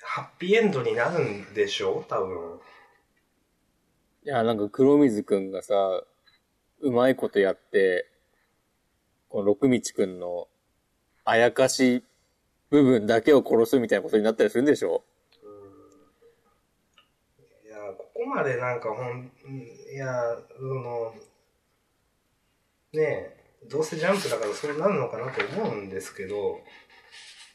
ハッピーエンドになるんでしょう多分。
いや、なんか黒水くんがさ、うまいことやって、この六道くんのあやかし部分だけを殺すみたいなことになったりするんでしょ
いや、ここまでなんかほん、いや、その、ねえ、どうせジャンプだからそうなるのかなと思うんですけど、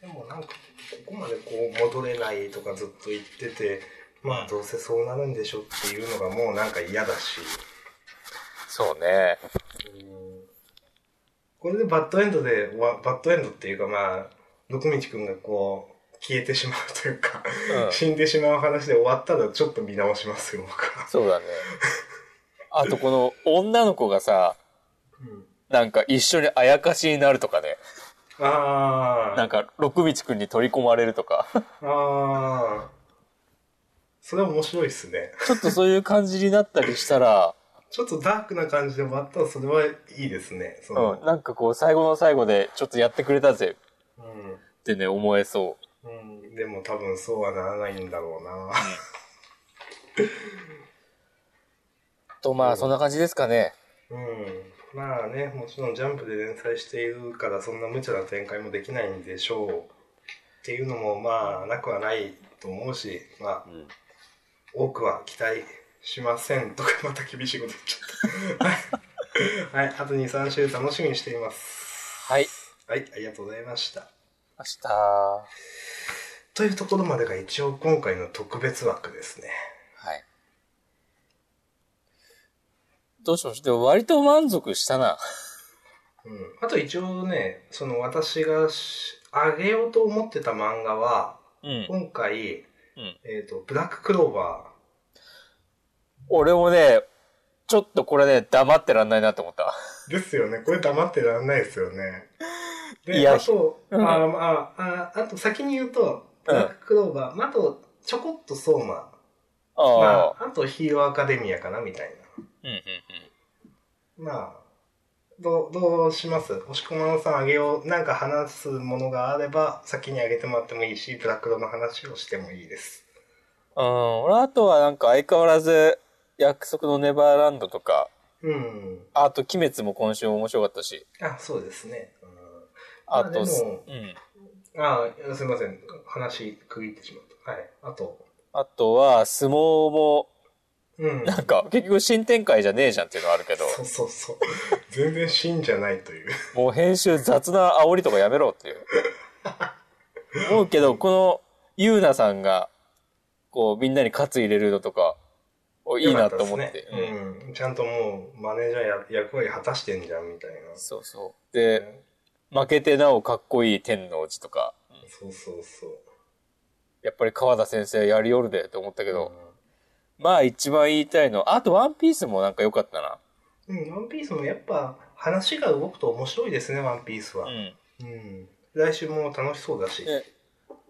でもなんか、ここまでこう戻れないとかずっと言ってて、まあどうせそうなるんでしょっていうのがもうなんか嫌だし。
そうね。
これでバッドエンドで終わ、バッドエンドっていうかまあ、毒道くんがこう、消えてしまうというか、
うん
死んでしまう話で終わったらちょっと見直しますよ、僕は。
そうだね。あとこの女の子がさ、なんか一緒にあやかしになるとかね。
あ
なんか六道くんに取り込まれると か。
あ、ああ、それは面白いっすね。
ちょっとそういう感じになったりしたら、
ちょっとダークな感じで終わったらそれはいいですね。そ
うん、
の
なんかこう最後の最後でちょっとやってくれたぜってね、思えそう。
うんうん、でも多分そうはならないんだろうな。
とまあそんな感じですかね。
うん、まあね、もちろんジャンプで連載しているから、そんな無茶な展開もできないんでしょう。っていうのも、まあ、なくはないと思うし、まあ、
うん
多くは期待しませんとか、また厳しいこと言っちゃった。はい、あと2、3週楽しみにしています。
はい。
はい、ありがとうございました。
明日。は
というところまでが一応今回の特別枠ですね。
い。どうしましょう。でも割と満足したな。
うん、あと一応ね、その私がしあげようと思ってた漫画は、
うん。
今回、
うん
えっ、と、ブラッククローバ
俺もね、ちょっとこれね、黙ってらんないなと思った。
ー。ですよね。これ黙ってらんないですよね。
い
で、
や
あと、
うん
あまあ、ああと先に言うと、ブラッククローバー、まあ、あと、ちょこっと相馬、
ああ。
まあ、あとヒーローアカデミアかな、みたい
うんうんうん。
な。まあ、どう、どうします押し込まんさんあげよう。なんか話すものがあれば、先にあげてもらってもいいし、ブラックローの話をしてもいいです。
うん、俺あとはなんか相変わらず、約束のネバーランドとか、
うん。
あと鬼滅も今週面白かったし、
あ、そうですね。うん
あ
まあ
と、
でも
うん。
ああ、すみません。話、区切ってしまった。はい。あと、
あとは相撲も、
うん。
なんか結局新展開じゃねえじゃんっていうのはあるけど、
そうそうそう。全然真じゃないという。
もう編集雑な煽りとかやめろっていう。思うけど、この、ゆうなさんが、こう、みんなに喝入れるのとか、お いいなと思って。
よかたですねうん。ちゃんともう、マネージャーや役割果たしてんじゃん、みたいな。
そうそう。で、負けてなおかっこいい天王寺とか、うん
そうそうそう。
やっぱり川田先生やりよるでって思ったけど、まあ一番言いたいの、あとワンピースもなんか良かったな。
うん、うんワンピースもやっぱ話が動くと面白いですね、ワンピースは。
ん。
うん。来週も楽しそうだし。
ね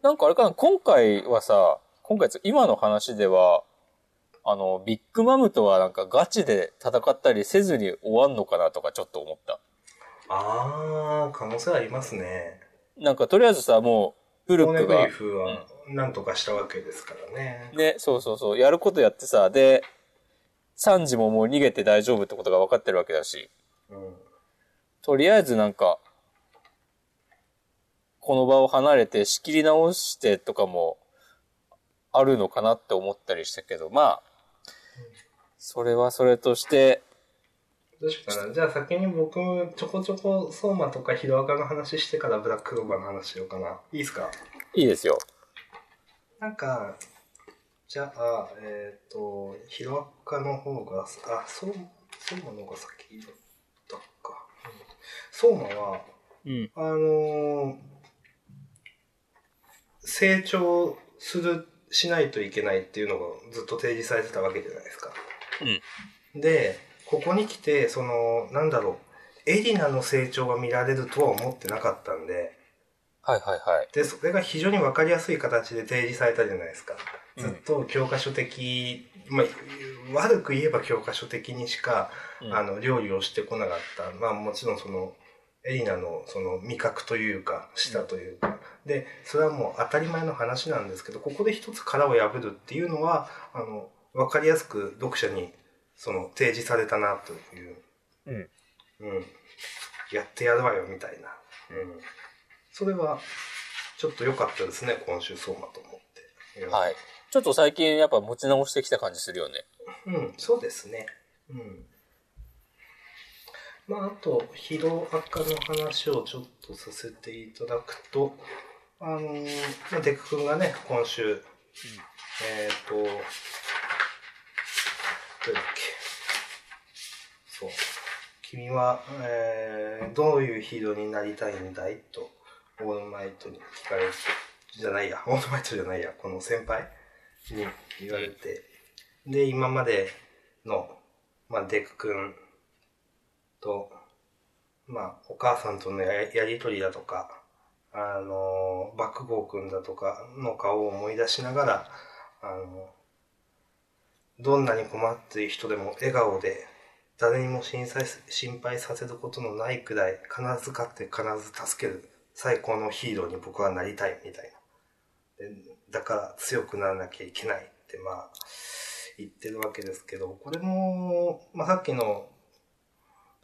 なんかあれかな、今回はさ、今回つ、今の話では、あの、ビッグマムとはなんかガチで戦ったりせずに終わんのかなとかちょっと思った。
ああ、可能性ありますね。
なんかとりあえずさ、もう、ブル
コ
ッ
ネ
ク
グ
が
リ、フはなんとかしたわけですからね。
ね、そうそうそう、やることやってさ、で、サンジももう逃げて大丈夫ってことが分かってるわけだし、
うん。
とりあえずなんか、この場を離れて仕切り直してとかもあるのかなって思ったりしたけど、まあ、それはそれとして、
どうしようかな。じゃあ先に僕、ちょこちょこ、相馬とかヒロアカの話してからブラックローバーの話しようかな。いいですか
いいですよ。
なんか、じゃあ、えっ、と、ヒロアカの方が、あ、そう、相馬の方が先だったか。うん相馬は、
うん。
あのー成長する、しないといけないっていうのがずっと提示されてたわけじゃないですか。で、ここに来て、その、なんだろう、エリナの成長が見られるとは思ってなかったんで、
はいはいはい。
で、それが非常にわかりやすい形で提示されたじゃないですか。
うん
ずっと教科書的、まあ、悪く言えば教科書的にしか、
うん
あの、料理をしてこなかった。まあ、もちろんその、エリナのその味覚というか、舌というか。で、それはもう当たり前の話なんですけど、ここで一つ殻を破るっていうのは、あの、わかりやすく読者に、その、提示されたなという。
うん。
うん。やってやるわよ、みたいな。うん。それは、ちょっと良かったですね、今週、相馬と思って。うん、
はい。ちょっと最近やっぱ持ち直してきた感じするよね。
うん、そうですね。うん。まあ、あと、疲労悪化の話をちょっとさせていただくと、あのーまあ、デク君がね、今週、えっ、と、どれだっけ。そう。君は、えーどういうヒーローになりたいんだいと、オールマイトに聞かれて、じゃないや、オールマイトじゃないや、この先輩に言われて、で、今までの、まあ、デク君と、まあ、お母さんとのややりとりだとか、あの、バックゴー君だとかの顔を思い出しながら、あの、どんなに困っている人でも笑顔で、誰にも心配心配させることのないくらい、必ず勝って必ず助ける、最高のヒーローに僕はなりたい、みたいな。でだから強くならなきゃいけないってまあ言ってるわけですけどこれも、まあ、さっきの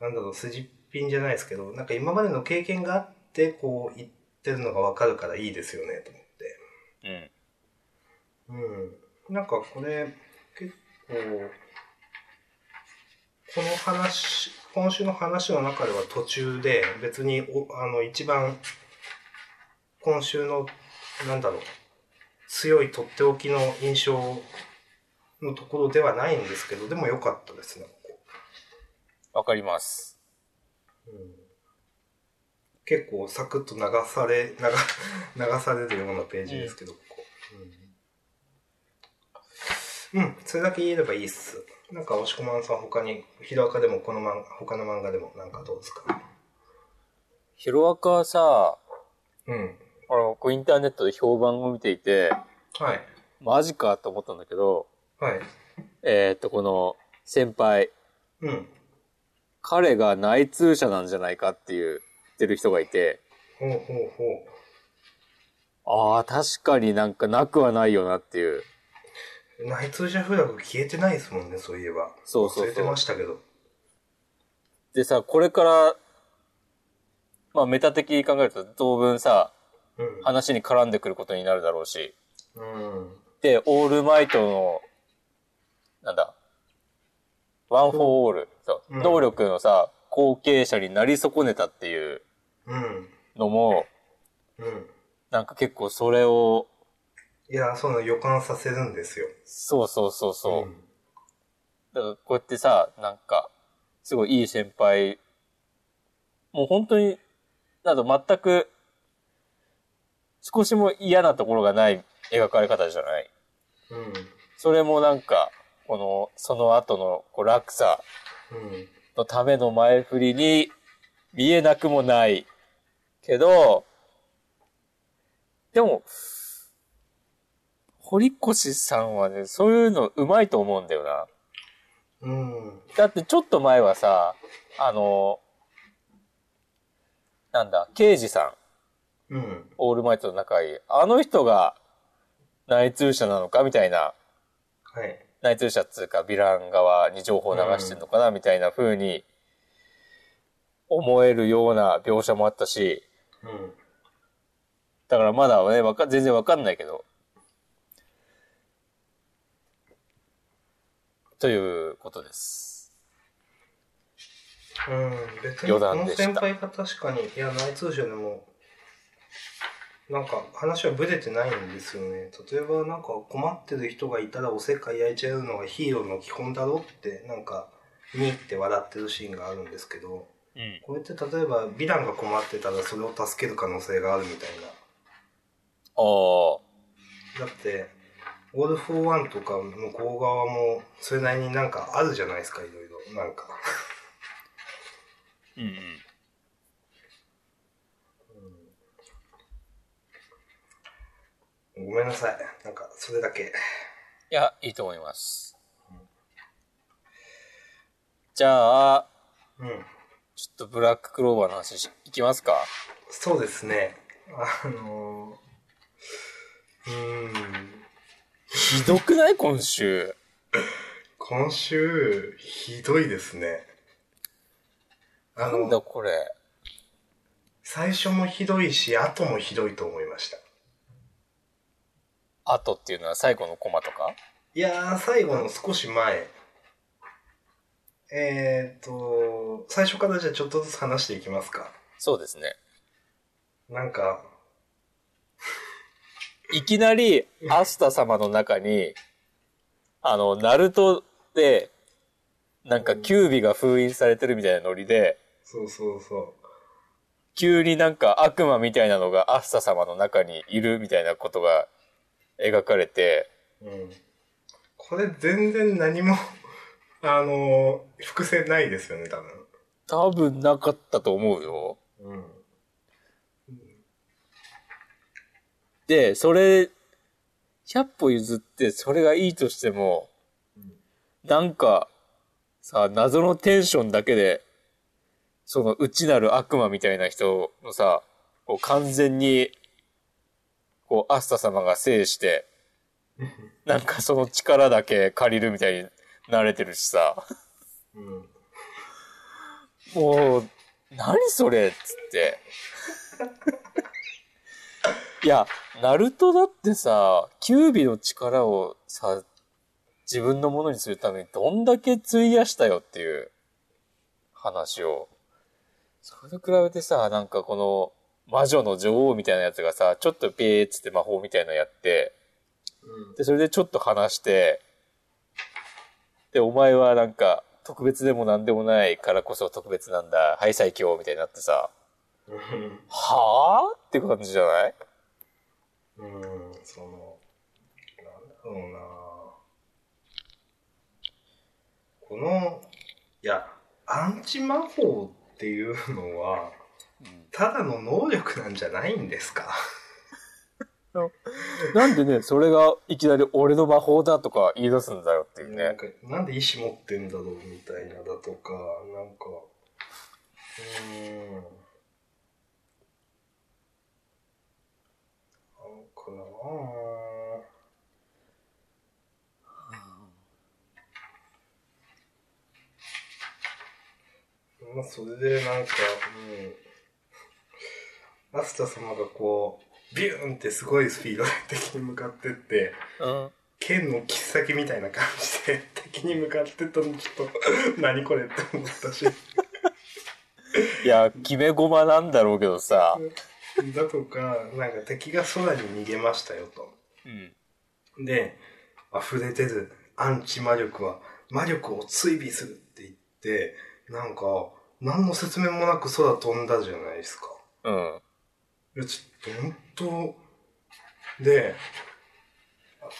なんだろう筋っぴんじゃないですけどなんか今までの経験があってこう言ってるのが分かるからいいですよねと思って。
うん。
うん。なんかこれ、結構、この話、今週の話の中では途中で、別にお、あの、一番、今週の、なんだろう、強いとっておきの印象のところではないんですけど、でも良かったですね、ここ
わかります。
結構サクッと流され流 流されるようなページですけど、ここうん、うんそれだけ言えればいいっすなんか押し込まんさん他に「ひろあか」でもこの漫画他の漫画でもなんかどうですか
ヒロアカはさ、
うん
あの、こうインターネットで評判を見ていて、
はい
マジかと思ったんだけど、
はい
えーっと、この先輩、
うん
彼が内通者なんじゃないかっていう、言ってる人がいて、
ほうほうほ
ああ、確かになんかなくはないよなっていう。
う内通者フラグ消えてないですもんねそういえば
そうそうそう
忘れてましたけど
でさ、これから、まあメタ的に考えると当分さ、
うん
話に絡んでくることになるだろうし、
うん
で、オールマイトの、なんだ、ワン・フォー・オール、そう
うん
能力のさ、後継者になり損ねたっていう
うん
のも、
うん
なんか結構それを、
いやその予感させるんですよ
そうそうそうそう。
ん
だからこうやってさ、なんか、すごいいい先輩、もう本当に、など全く、少しも嫌なところがない描かれ方じゃない。
うん。
それもなんか、この、その後のこう落差
うん。
のための前振りに見えなくもないけど、でも、堀越さんはね、そういうのうまいと思うんだよな。
うん。
だってちょっと前はさ、あの、なんだ、刑事さん、
うん。
オールマイトの仲いい、あの人が内通者なのかみたいな
はい。
内通者っつうか、ヴィラン側に情報を流してんのかな、みたいな風に、思えるような描写もあったし、
うん。
だからまだね、わか、全然わかんないけど。ということです。
うん、別に
余
こ
談
の
でした
先輩が確かに、いや、内通者でも、なんか話はブレてないんですよね。例えば、なんか困ってる人がいたらおせっかい焼いちゃうのがヒーローの基本だろって、なんか、にって笑ってるシーンがあるんですけど、
うん。
これって例えば、ヴィランが困ってたらそれを助ける可能性があるみたいな。
ああ。
だって、オール・フォー・ワンとか向こう側も、それなりになんかあるじゃないですか、いろいろ。なんか。
うんうん。
ごめんなさい。なんか、それだけ。
いや、いいと思います。じゃあ、
うん。
ちょっとブラッククローバーの話しいきますか
そうですね。あのー、うーん、
ひどくない今週。
今週、ひどいですね。あ
なんだ
の、
これ。
最初もひどいし、後もひどいと思いました。
あとっていうのは最後のコマとか
いやー、最後の少し前。えーっと、最初からじゃあちょっとずつ話していきますか。
そうですね。
なんか、
いきなり、アスタ様の中に、あの、ナルトで、なんか、キュービが封印されてるみたいなノリで、
そうそうそ
急になんか悪魔みたいなのがアスタ様の中にいるみたいなことが描かれて、
う。うん。これ全然何も、あのー、伏線ないですよね、多分。
多分なかったと思うよ。
うん。
で、それ、100歩譲ってそれがいいとしても、なんか、さ、謎のテンションだけで、その内なる悪魔みたいな人のさ、こう完全に、こう、アスタ様が制して、なんかその力だけ借りるみたいになれてるしさ、
うん。
もう、何それっつって。いや、ナルトだってさ、キュービの力をさ、自分のものにするためにどんだけ費やしたよっていう話を。それと比べてさ、なんかこの魔女の女王みたいなやつがさ、ちょっとピーっつって魔法みたいなのやって、
うん
で、それでちょっと話して、で、お前はなんか、特別でも何でもないからこそ特別なんだ。はい、最強みたいになってさ、
うん
はぁって感じじゃない
うん、その、なんだろうなこの、いや、アンチ魔法っていうのは、ただの能力なんじゃないんですか
なんでね、それがいきなり俺の魔法だとか言い出すんだよっていう
なん
ね。
か、なんで意志持ってんだろうみたいなだとか、なんか、うーん。なんかなぁ。まあ、それでなんか、うん。アスタ様がこう、ビューンってすごいスピードで敵に向かってって、
うん。
剣の切っ先みたいな感じで敵に向かってったのちょっと、 何これって思ったし。
いや、決め駒なんだろうけどさ。
だとか、なんか敵が空に逃げましたよと。
うん。
で、溢れてるアンチ魔力は魔力を追尾するって言って、なんか、何の説明もなく空飛んだじゃないですか。
うん。
いや、ちょっと本で、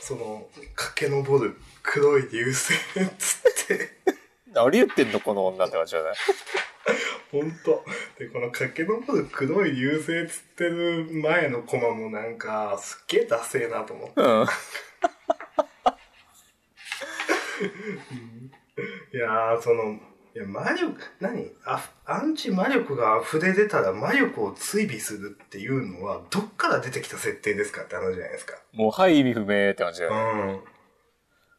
その、駆け上る黒い流星っつって、
何言ってんのこの女って感じじゃない
ほんと。で、この駆け上る黒い流星っつってる前のコマもなんか、すっげえダセえなと思って。
うん。
いやー、その、いや、魔力、何あアンチ魔力が溢れ出たら魔力を追尾するっていうのは、どっから出てきた設定ですかって話じゃないですか。
もう、はい、意味不明って感じだよね。
うん。い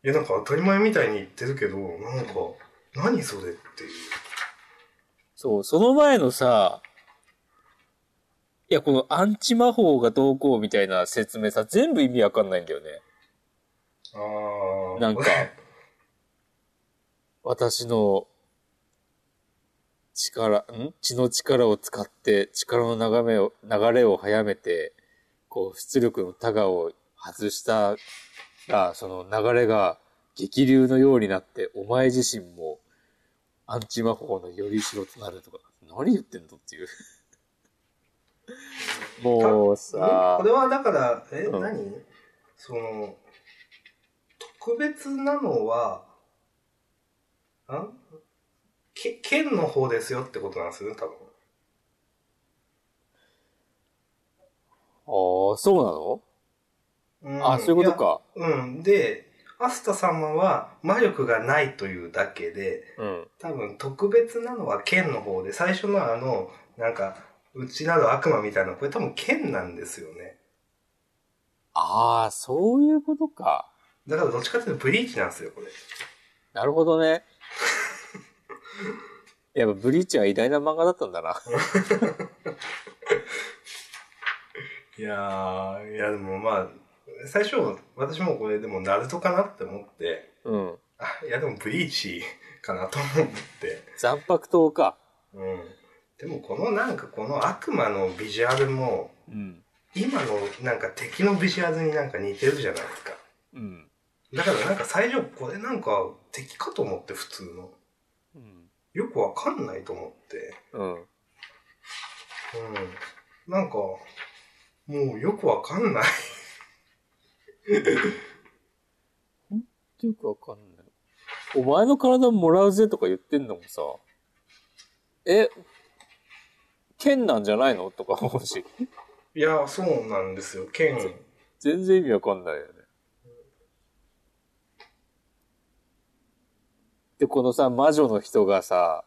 や、なんか当たり前みたいに言ってるけど、なんか、何それっていう。
そう、その前のさ、いや、このアンチ魔法がどうこうみたいな説明さ、全部意味わかんないんだよね。
あー。
なんか私の力、ん血の力を使って力の流れを、流れを早めて、こう、出力のタガを外したら、その流れが激流のようになって、お前自身もアンチ魔法のよりしろとなるとか、何言ってんのって いう。もう
え
さ
こ、れはだから、え、
うん
何その、特別なのは、あけ、県の方ですよってことなんですよね、多分。
ああ、そうな
う
の、
ん
あ、そういうこと。か。
いやうん。で、アスタ様は魔力がないというだけで、
うん。
多分特別なのは剣の方で最初のあのなんかうちなど悪魔みたいなこれ多分剣なんですよね
ああ、そういうことか。
だからどっちかっていうとブリーチなんですよこれ
なるほどね。 やっぱブリーチは偉大な漫画だったんだな。
いやーいやでもまあ最初私もこれでもナルトかなって思って
うん。
あいやでもブリーチかなと思って
残白刀か。
うんでもこのなんかこの悪魔のビジュアルも
うん。
今のなんか敵のビジュアルになんか似てるじゃないですか
うん。
だからなんか最初これなんか敵かと思って普通の
うん。
よくわかんないと思って。
う
う
ん。
ん。なんか、もうよくわかんない。
よくわかんない。お前の体もらうぜとか言ってんのもさ、え、剣なんじゃないのとか思うし、
いや、そうなんですよ。剣。
全然意味わかんないよね。で、このさ、魔女の人がさ、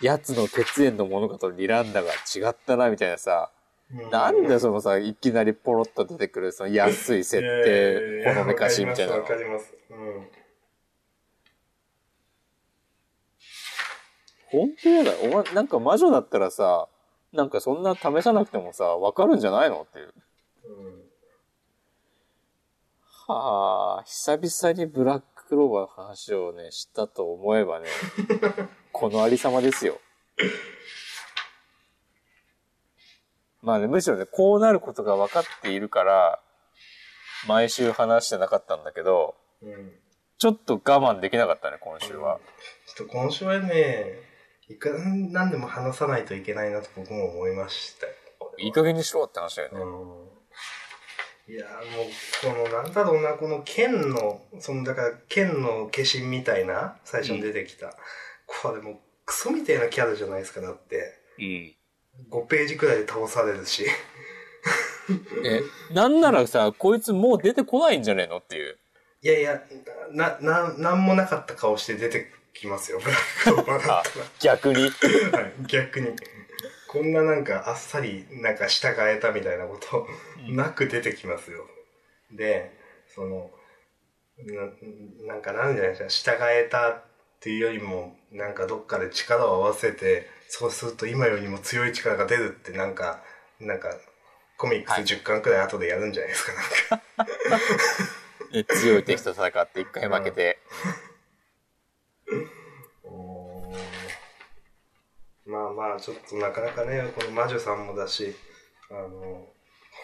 奴の血縁のものかとリランダが違ったな、みたいなさ、
うん
なんだよそのさ、いきなりポロッと出てくる、その安い設定、ほのめかしみたいな
わ
の。
かります。わかります
本当やだよ。お前、なんか魔女だったらさ、なんかそんな試さなくてもさ、わかるんじゃないのっていう。
うん。うん。
はあ、久々にブラッククローバーの話をね、知ったと思えばね、このありさまですよ。まあね、むしろね、こうなることが分かっているから、毎週話してなかったんだけど、
うん。
ちょっと我慢できなかったね、今週は。
ちょっと今週はね、いくらなんでも話さないといけないなと僕も思いましたよ。
いい加減にしろって話だよね。
うんいやーもうこのなんだろうなこの剣のそのだから剣の化身みたいな最初に出てきた、これもうクソみたいなキャラじゃないですかだって
うん。
5ページくらいで倒されるし
え、なんならさ、こいつもう出てこないんじゃねえのっていう。
いやいやなななんもなかった顔して出てきますよブラックオーバーだっ
逆 に。
たら、はい、逆にこんななんかあっさりなんか従えたみたいなことなく出てきますよ。で、その、ななんかなんじゃないですか、従えたっていうよりも、なんかどっかで力を合わせて、そうすると今よりも強い力が出るって、なんか、なんか、コミックス
はい
10巻くらい後でやるんじゃないですか、なんか。
ね強い敵と戦って一回負けて。
まあまあ、ちょっとなかなかね、この魔女さんもだし、あの、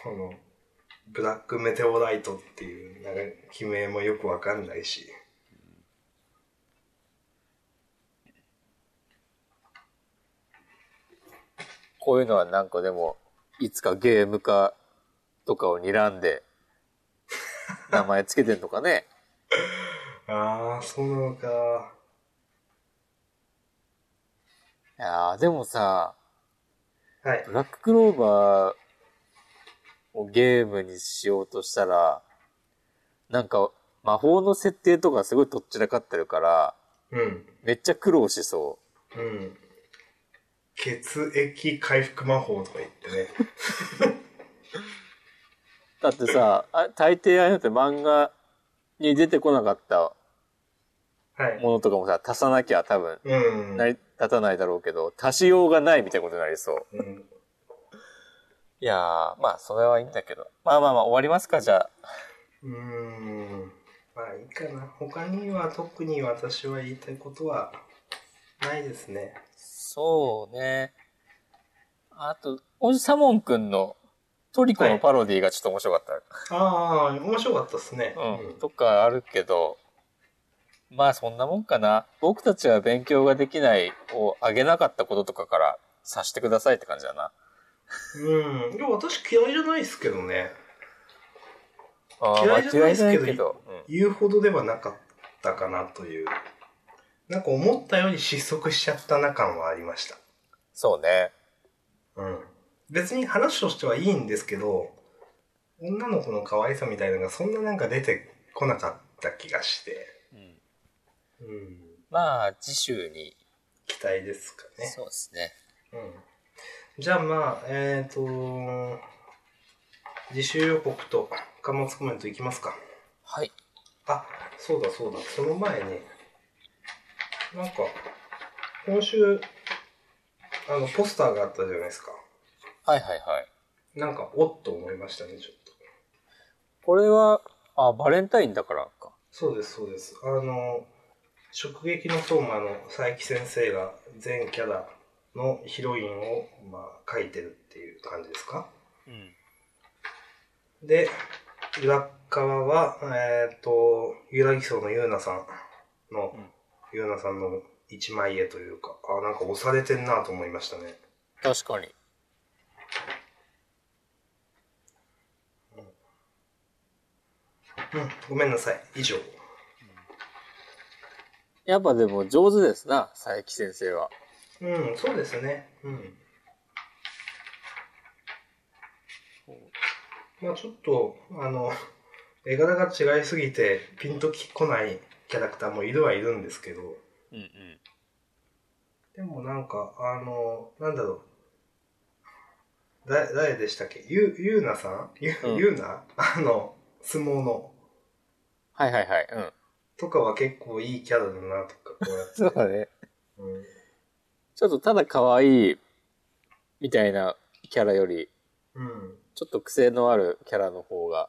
この、ブラックメテオライトっていう、なんか、悲鳴もよくわかんないし。
こういうのはなんかでも、いつかゲーム化とかを睨んで、名前つけてんのかね。
ああ、そうなのか。
いやーでもさ、
はい。
ブラッククローバーをゲームにしようとしたら、なんか魔法の設定とかすごいとっちらかってるから、
うん。
めっちゃ苦労しそ
うん。血液回復魔法とか言って ね。
う。だってさ、あ大抵ああいうのって漫画に出てこなかった
はい。
ものとかもさ、足さなきゃ多分
うん。
成り立たないだろうけど、足しようがないみたいなことになりそう。
うん
いやー、まあそれはいいんだけど。まあまあまあ終わりますか、じゃあ。
うーん。まあいいかな。他には特に私は言いたいことはないですね。
そうね。あと、今週サモンくんのトリコのパロディがちょっと面白かった。
ああ、面白かったですね。
うん、とかあるけど、まあそんなもんかな。僕たちは勉強ができないをあげなかったこととかから察してくださいって感じだな。
うん。いや、私嫌いじゃないですけどね。
あー
嫌いじゃないですけど
間違うん
言うほどではなかったかなという。なんか思ったより失速しちゃったな感はありました。
そうね。
うん。別に話としてはいいんですけど、女の子の可愛さみたいなのがそんななんか出てこなかった気がして。
うん
うん。
まあ次週に、
期待ですかね。
そうですね。
うんじゃあまあ、えっ、と、自習予告と貨物コメントいきますか。
はい。
あ、そうだそうだ、その前に、なんか、今週、あの、ポスターがあったじゃないですか。
はいはいはい。
なんか、おっと思いましたね、ちょっと。
これは、あ、バレンタインだからか。
そうです、そうです。あの、直撃の相馬の佐伯先生が全キャラのヒロインを、まあ、描いてるっていう感じですか
うん。
で、裏側は、えっ、と、ゆらぎそうのゆうなさんの、
うん
ゆうなさんの一枚絵というか、あ、なんか押されてんなと思いましたね。
確かに。
うん、ごめんなさい。以上。
やっぱでも上手ですな、佐伯先生は。
うん、そうですね。うん。まあちょっと、あの、絵柄が違いすぎて、ピンときこないキャラクターもいるはいるんですけど、
うんうん。
でもなんか、あの、なんだろう。だ、誰でしたっけゆ、ゆうなさんゆ、
うん
ゆうなあの、相撲の。
はいはいはい。うん。
とかは結構いいキャラだなとか、こうやって。
そうだね。
うん
ちょっとただ可愛いみたいなキャラより、
うん。
ちょっと癖のあるキャラの方が。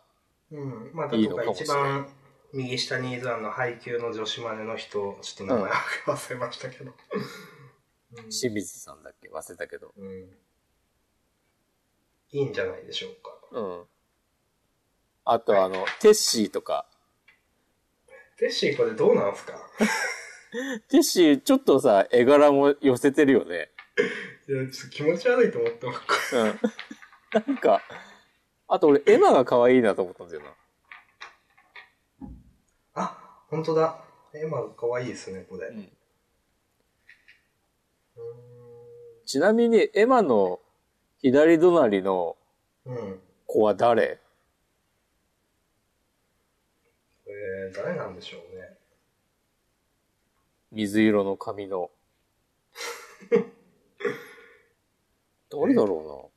うん。まあ、
い
例
い
え
の
ば
かもし
一
れない
番右下にいるあの、配給の女子マネの人、ちょっと名前忘れましたけど。うん
清水さんだっけ忘れたけど。
うん。いいんじゃないでしょうか。
うん。あとあの、テッシーとか。
テッシーこれどうなんすか
テッシーちょっとさ、絵柄も寄せてるよね。
いや、ちょっと気持ち悪いと思ってます。
うん。なんか、あと俺、エマが可愛いなと思ったんだよな。
あ、本当だ。エマが可愛いですね、これ。う
うん。
ー
ちなみに、エマの左隣の
ん。うん。
子は誰
これ、誰なんでしょうね。
水色の髪の。 誰だろ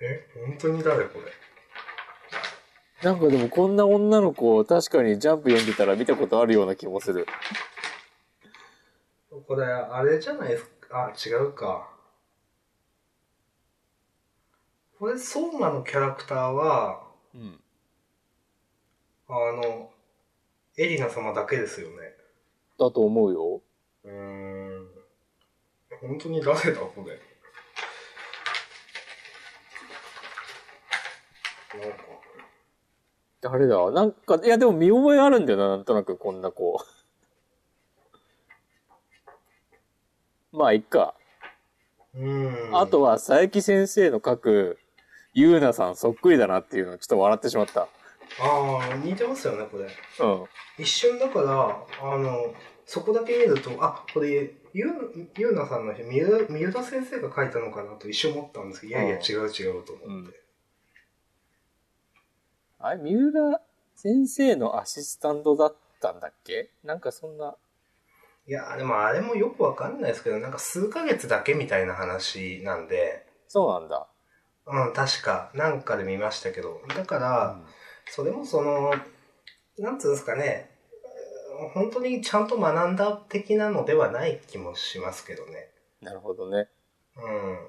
え、本当に誰これ。
うな。なんかでもこんな女の子、確かにジャンプ読んでたら見たことあるような気もする。
これ、あれじゃないですか。あ、違うか。これ、ソーマのキャラクターは、
うん。
あの、エリナ様だけですよね。
だと思うよ。
うーん。本当に誰だ、これ。なんか、
誰だなんか、いやでも見覚えあるんだよな、なんとなくこんな子。 まあ、いっか。
うん。
あとは佐伯先生の書くゆうなさんそっくりだなっていうのをちょっと笑ってしまった。
ああ、似てますよね、これ。
うん。
一瞬だから、あの、そこだけ見ると、あ、これ、ゆう、ゆうなさんの、みゆ、三浦先生が書いたのかなと一瞬思ったんですけど、いやいや、
うん
違う違うと思って。
あれ、三浦先生のアシスタントだったんだっけなんかそんな。
いや、でもあれもよくわかんないですけど、なんか数ヶ月だけみたいな話なんで、
そうなんだ。
うん、確か、なんかで見ましたけど、だから、それもその、なんつうんですかね、うん本当にちゃんと学んだ的なのではない気もしますけどね。
なるほどね。
う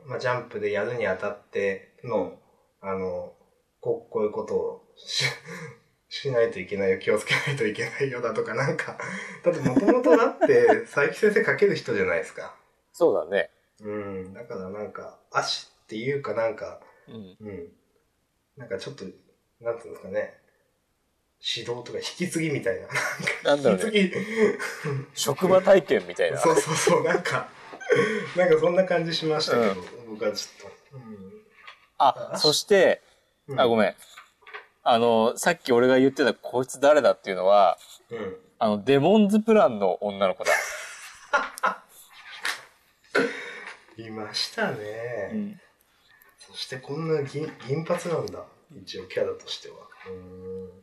ん。まあ、ジャンプでやるにあたっての、あの、ここういうことをし、 しないといけないよ、気をつけないといけないよだとか、なんか、だってもともとだって、佐伯先生書ける人じゃないですか。
そうだね。
うん。だからなんか、足っていうかなんか、
うん。
うん。なんかちょっと、なんていうんですかね。指導とか引き継ぎみたいな。
なんだろ
引
う
き
ね
継。ぎ、
職場体験みたいな。
そうそうそう、なんか、なんかそんな感じしましたけど、僕はちょっと。
あ、そして、
うん。
あ、ご
ん。
めん。あの、さっき俺が言ってたこいつ誰だっていうのは、
うん。
あの、デモンズプランの女の子だ。
いましたね。
うん
そしてこんな銀銀髪なんだ。一応キャラとしては。うん。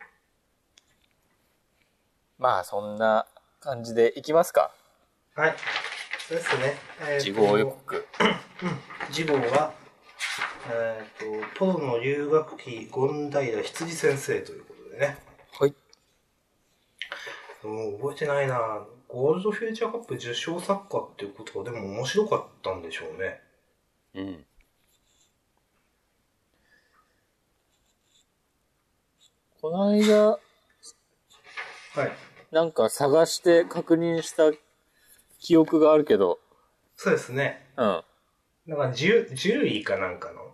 まあ、そんな感じでいきますか。
はい。そうですね。えーと
地方予告。
次号は、えー、とポロの留学期権平羊先生ということでね
はい。
もう覚えてないなゴールドフューチャーカップ受賞作家っていうことはでも面白かったんでしょうね
うん。この間、
はい
なんか探して確認した記憶があるけど、
そうですね
うん。
だから 10, 10位かなんかの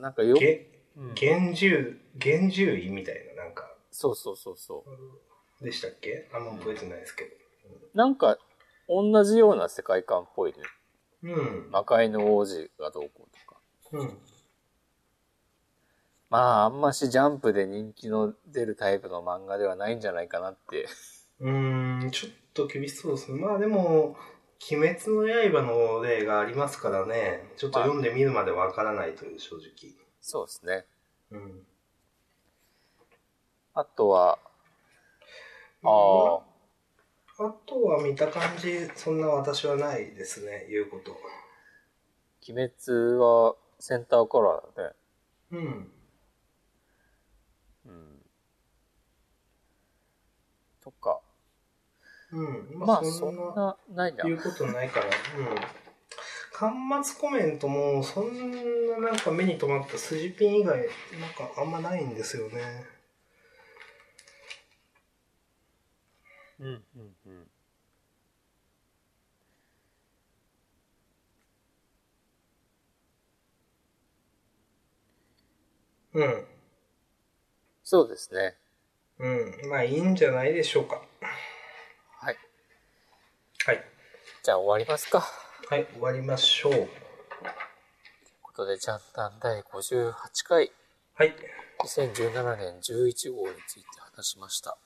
なんかよ、
げ
うん
現10現10位みたいななんか
そうそうそうそう。
でしたっけあんま覚えてないですけど
なんか、同じような世界観っぽいね。
うん
魔界の王子がどうこうと
う
か。
ん
まあ、あんましジャンプで人気の出るタイプの漫画ではないんじゃないかなって。
うーん、ちょっと厳しそうですね。まあでも、鬼滅の刃の例がありますからね、ちょっと読んでみるまでわからないという、正直。
そうですね。
うん。
あとは、ああ、
あとは見た感じ、そんな私はないですね、言うこと。
鬼滅はセンターカラーだね。
うん。
うん。とか。
うん。
まあ、そんな、ないな。
言うことないから、うん。端末コメントも、そんななんか目に留まった筋ピン以外、なんかあんまないんですよね。
うん、うん、うん。
うん。
そうですね。
うん。まあいいんじゃないでしょうか。
はい。
はい。
じゃあ終わりますか。
はい、終わりましょう。
ということで、ジャンタン第58回、
はい。
2017年11号について話しました。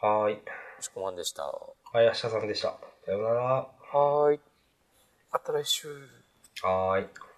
はーい。
よしこまんでした。は
はい、明日さんでした。さようなら。
ーい。また来週。
はーい。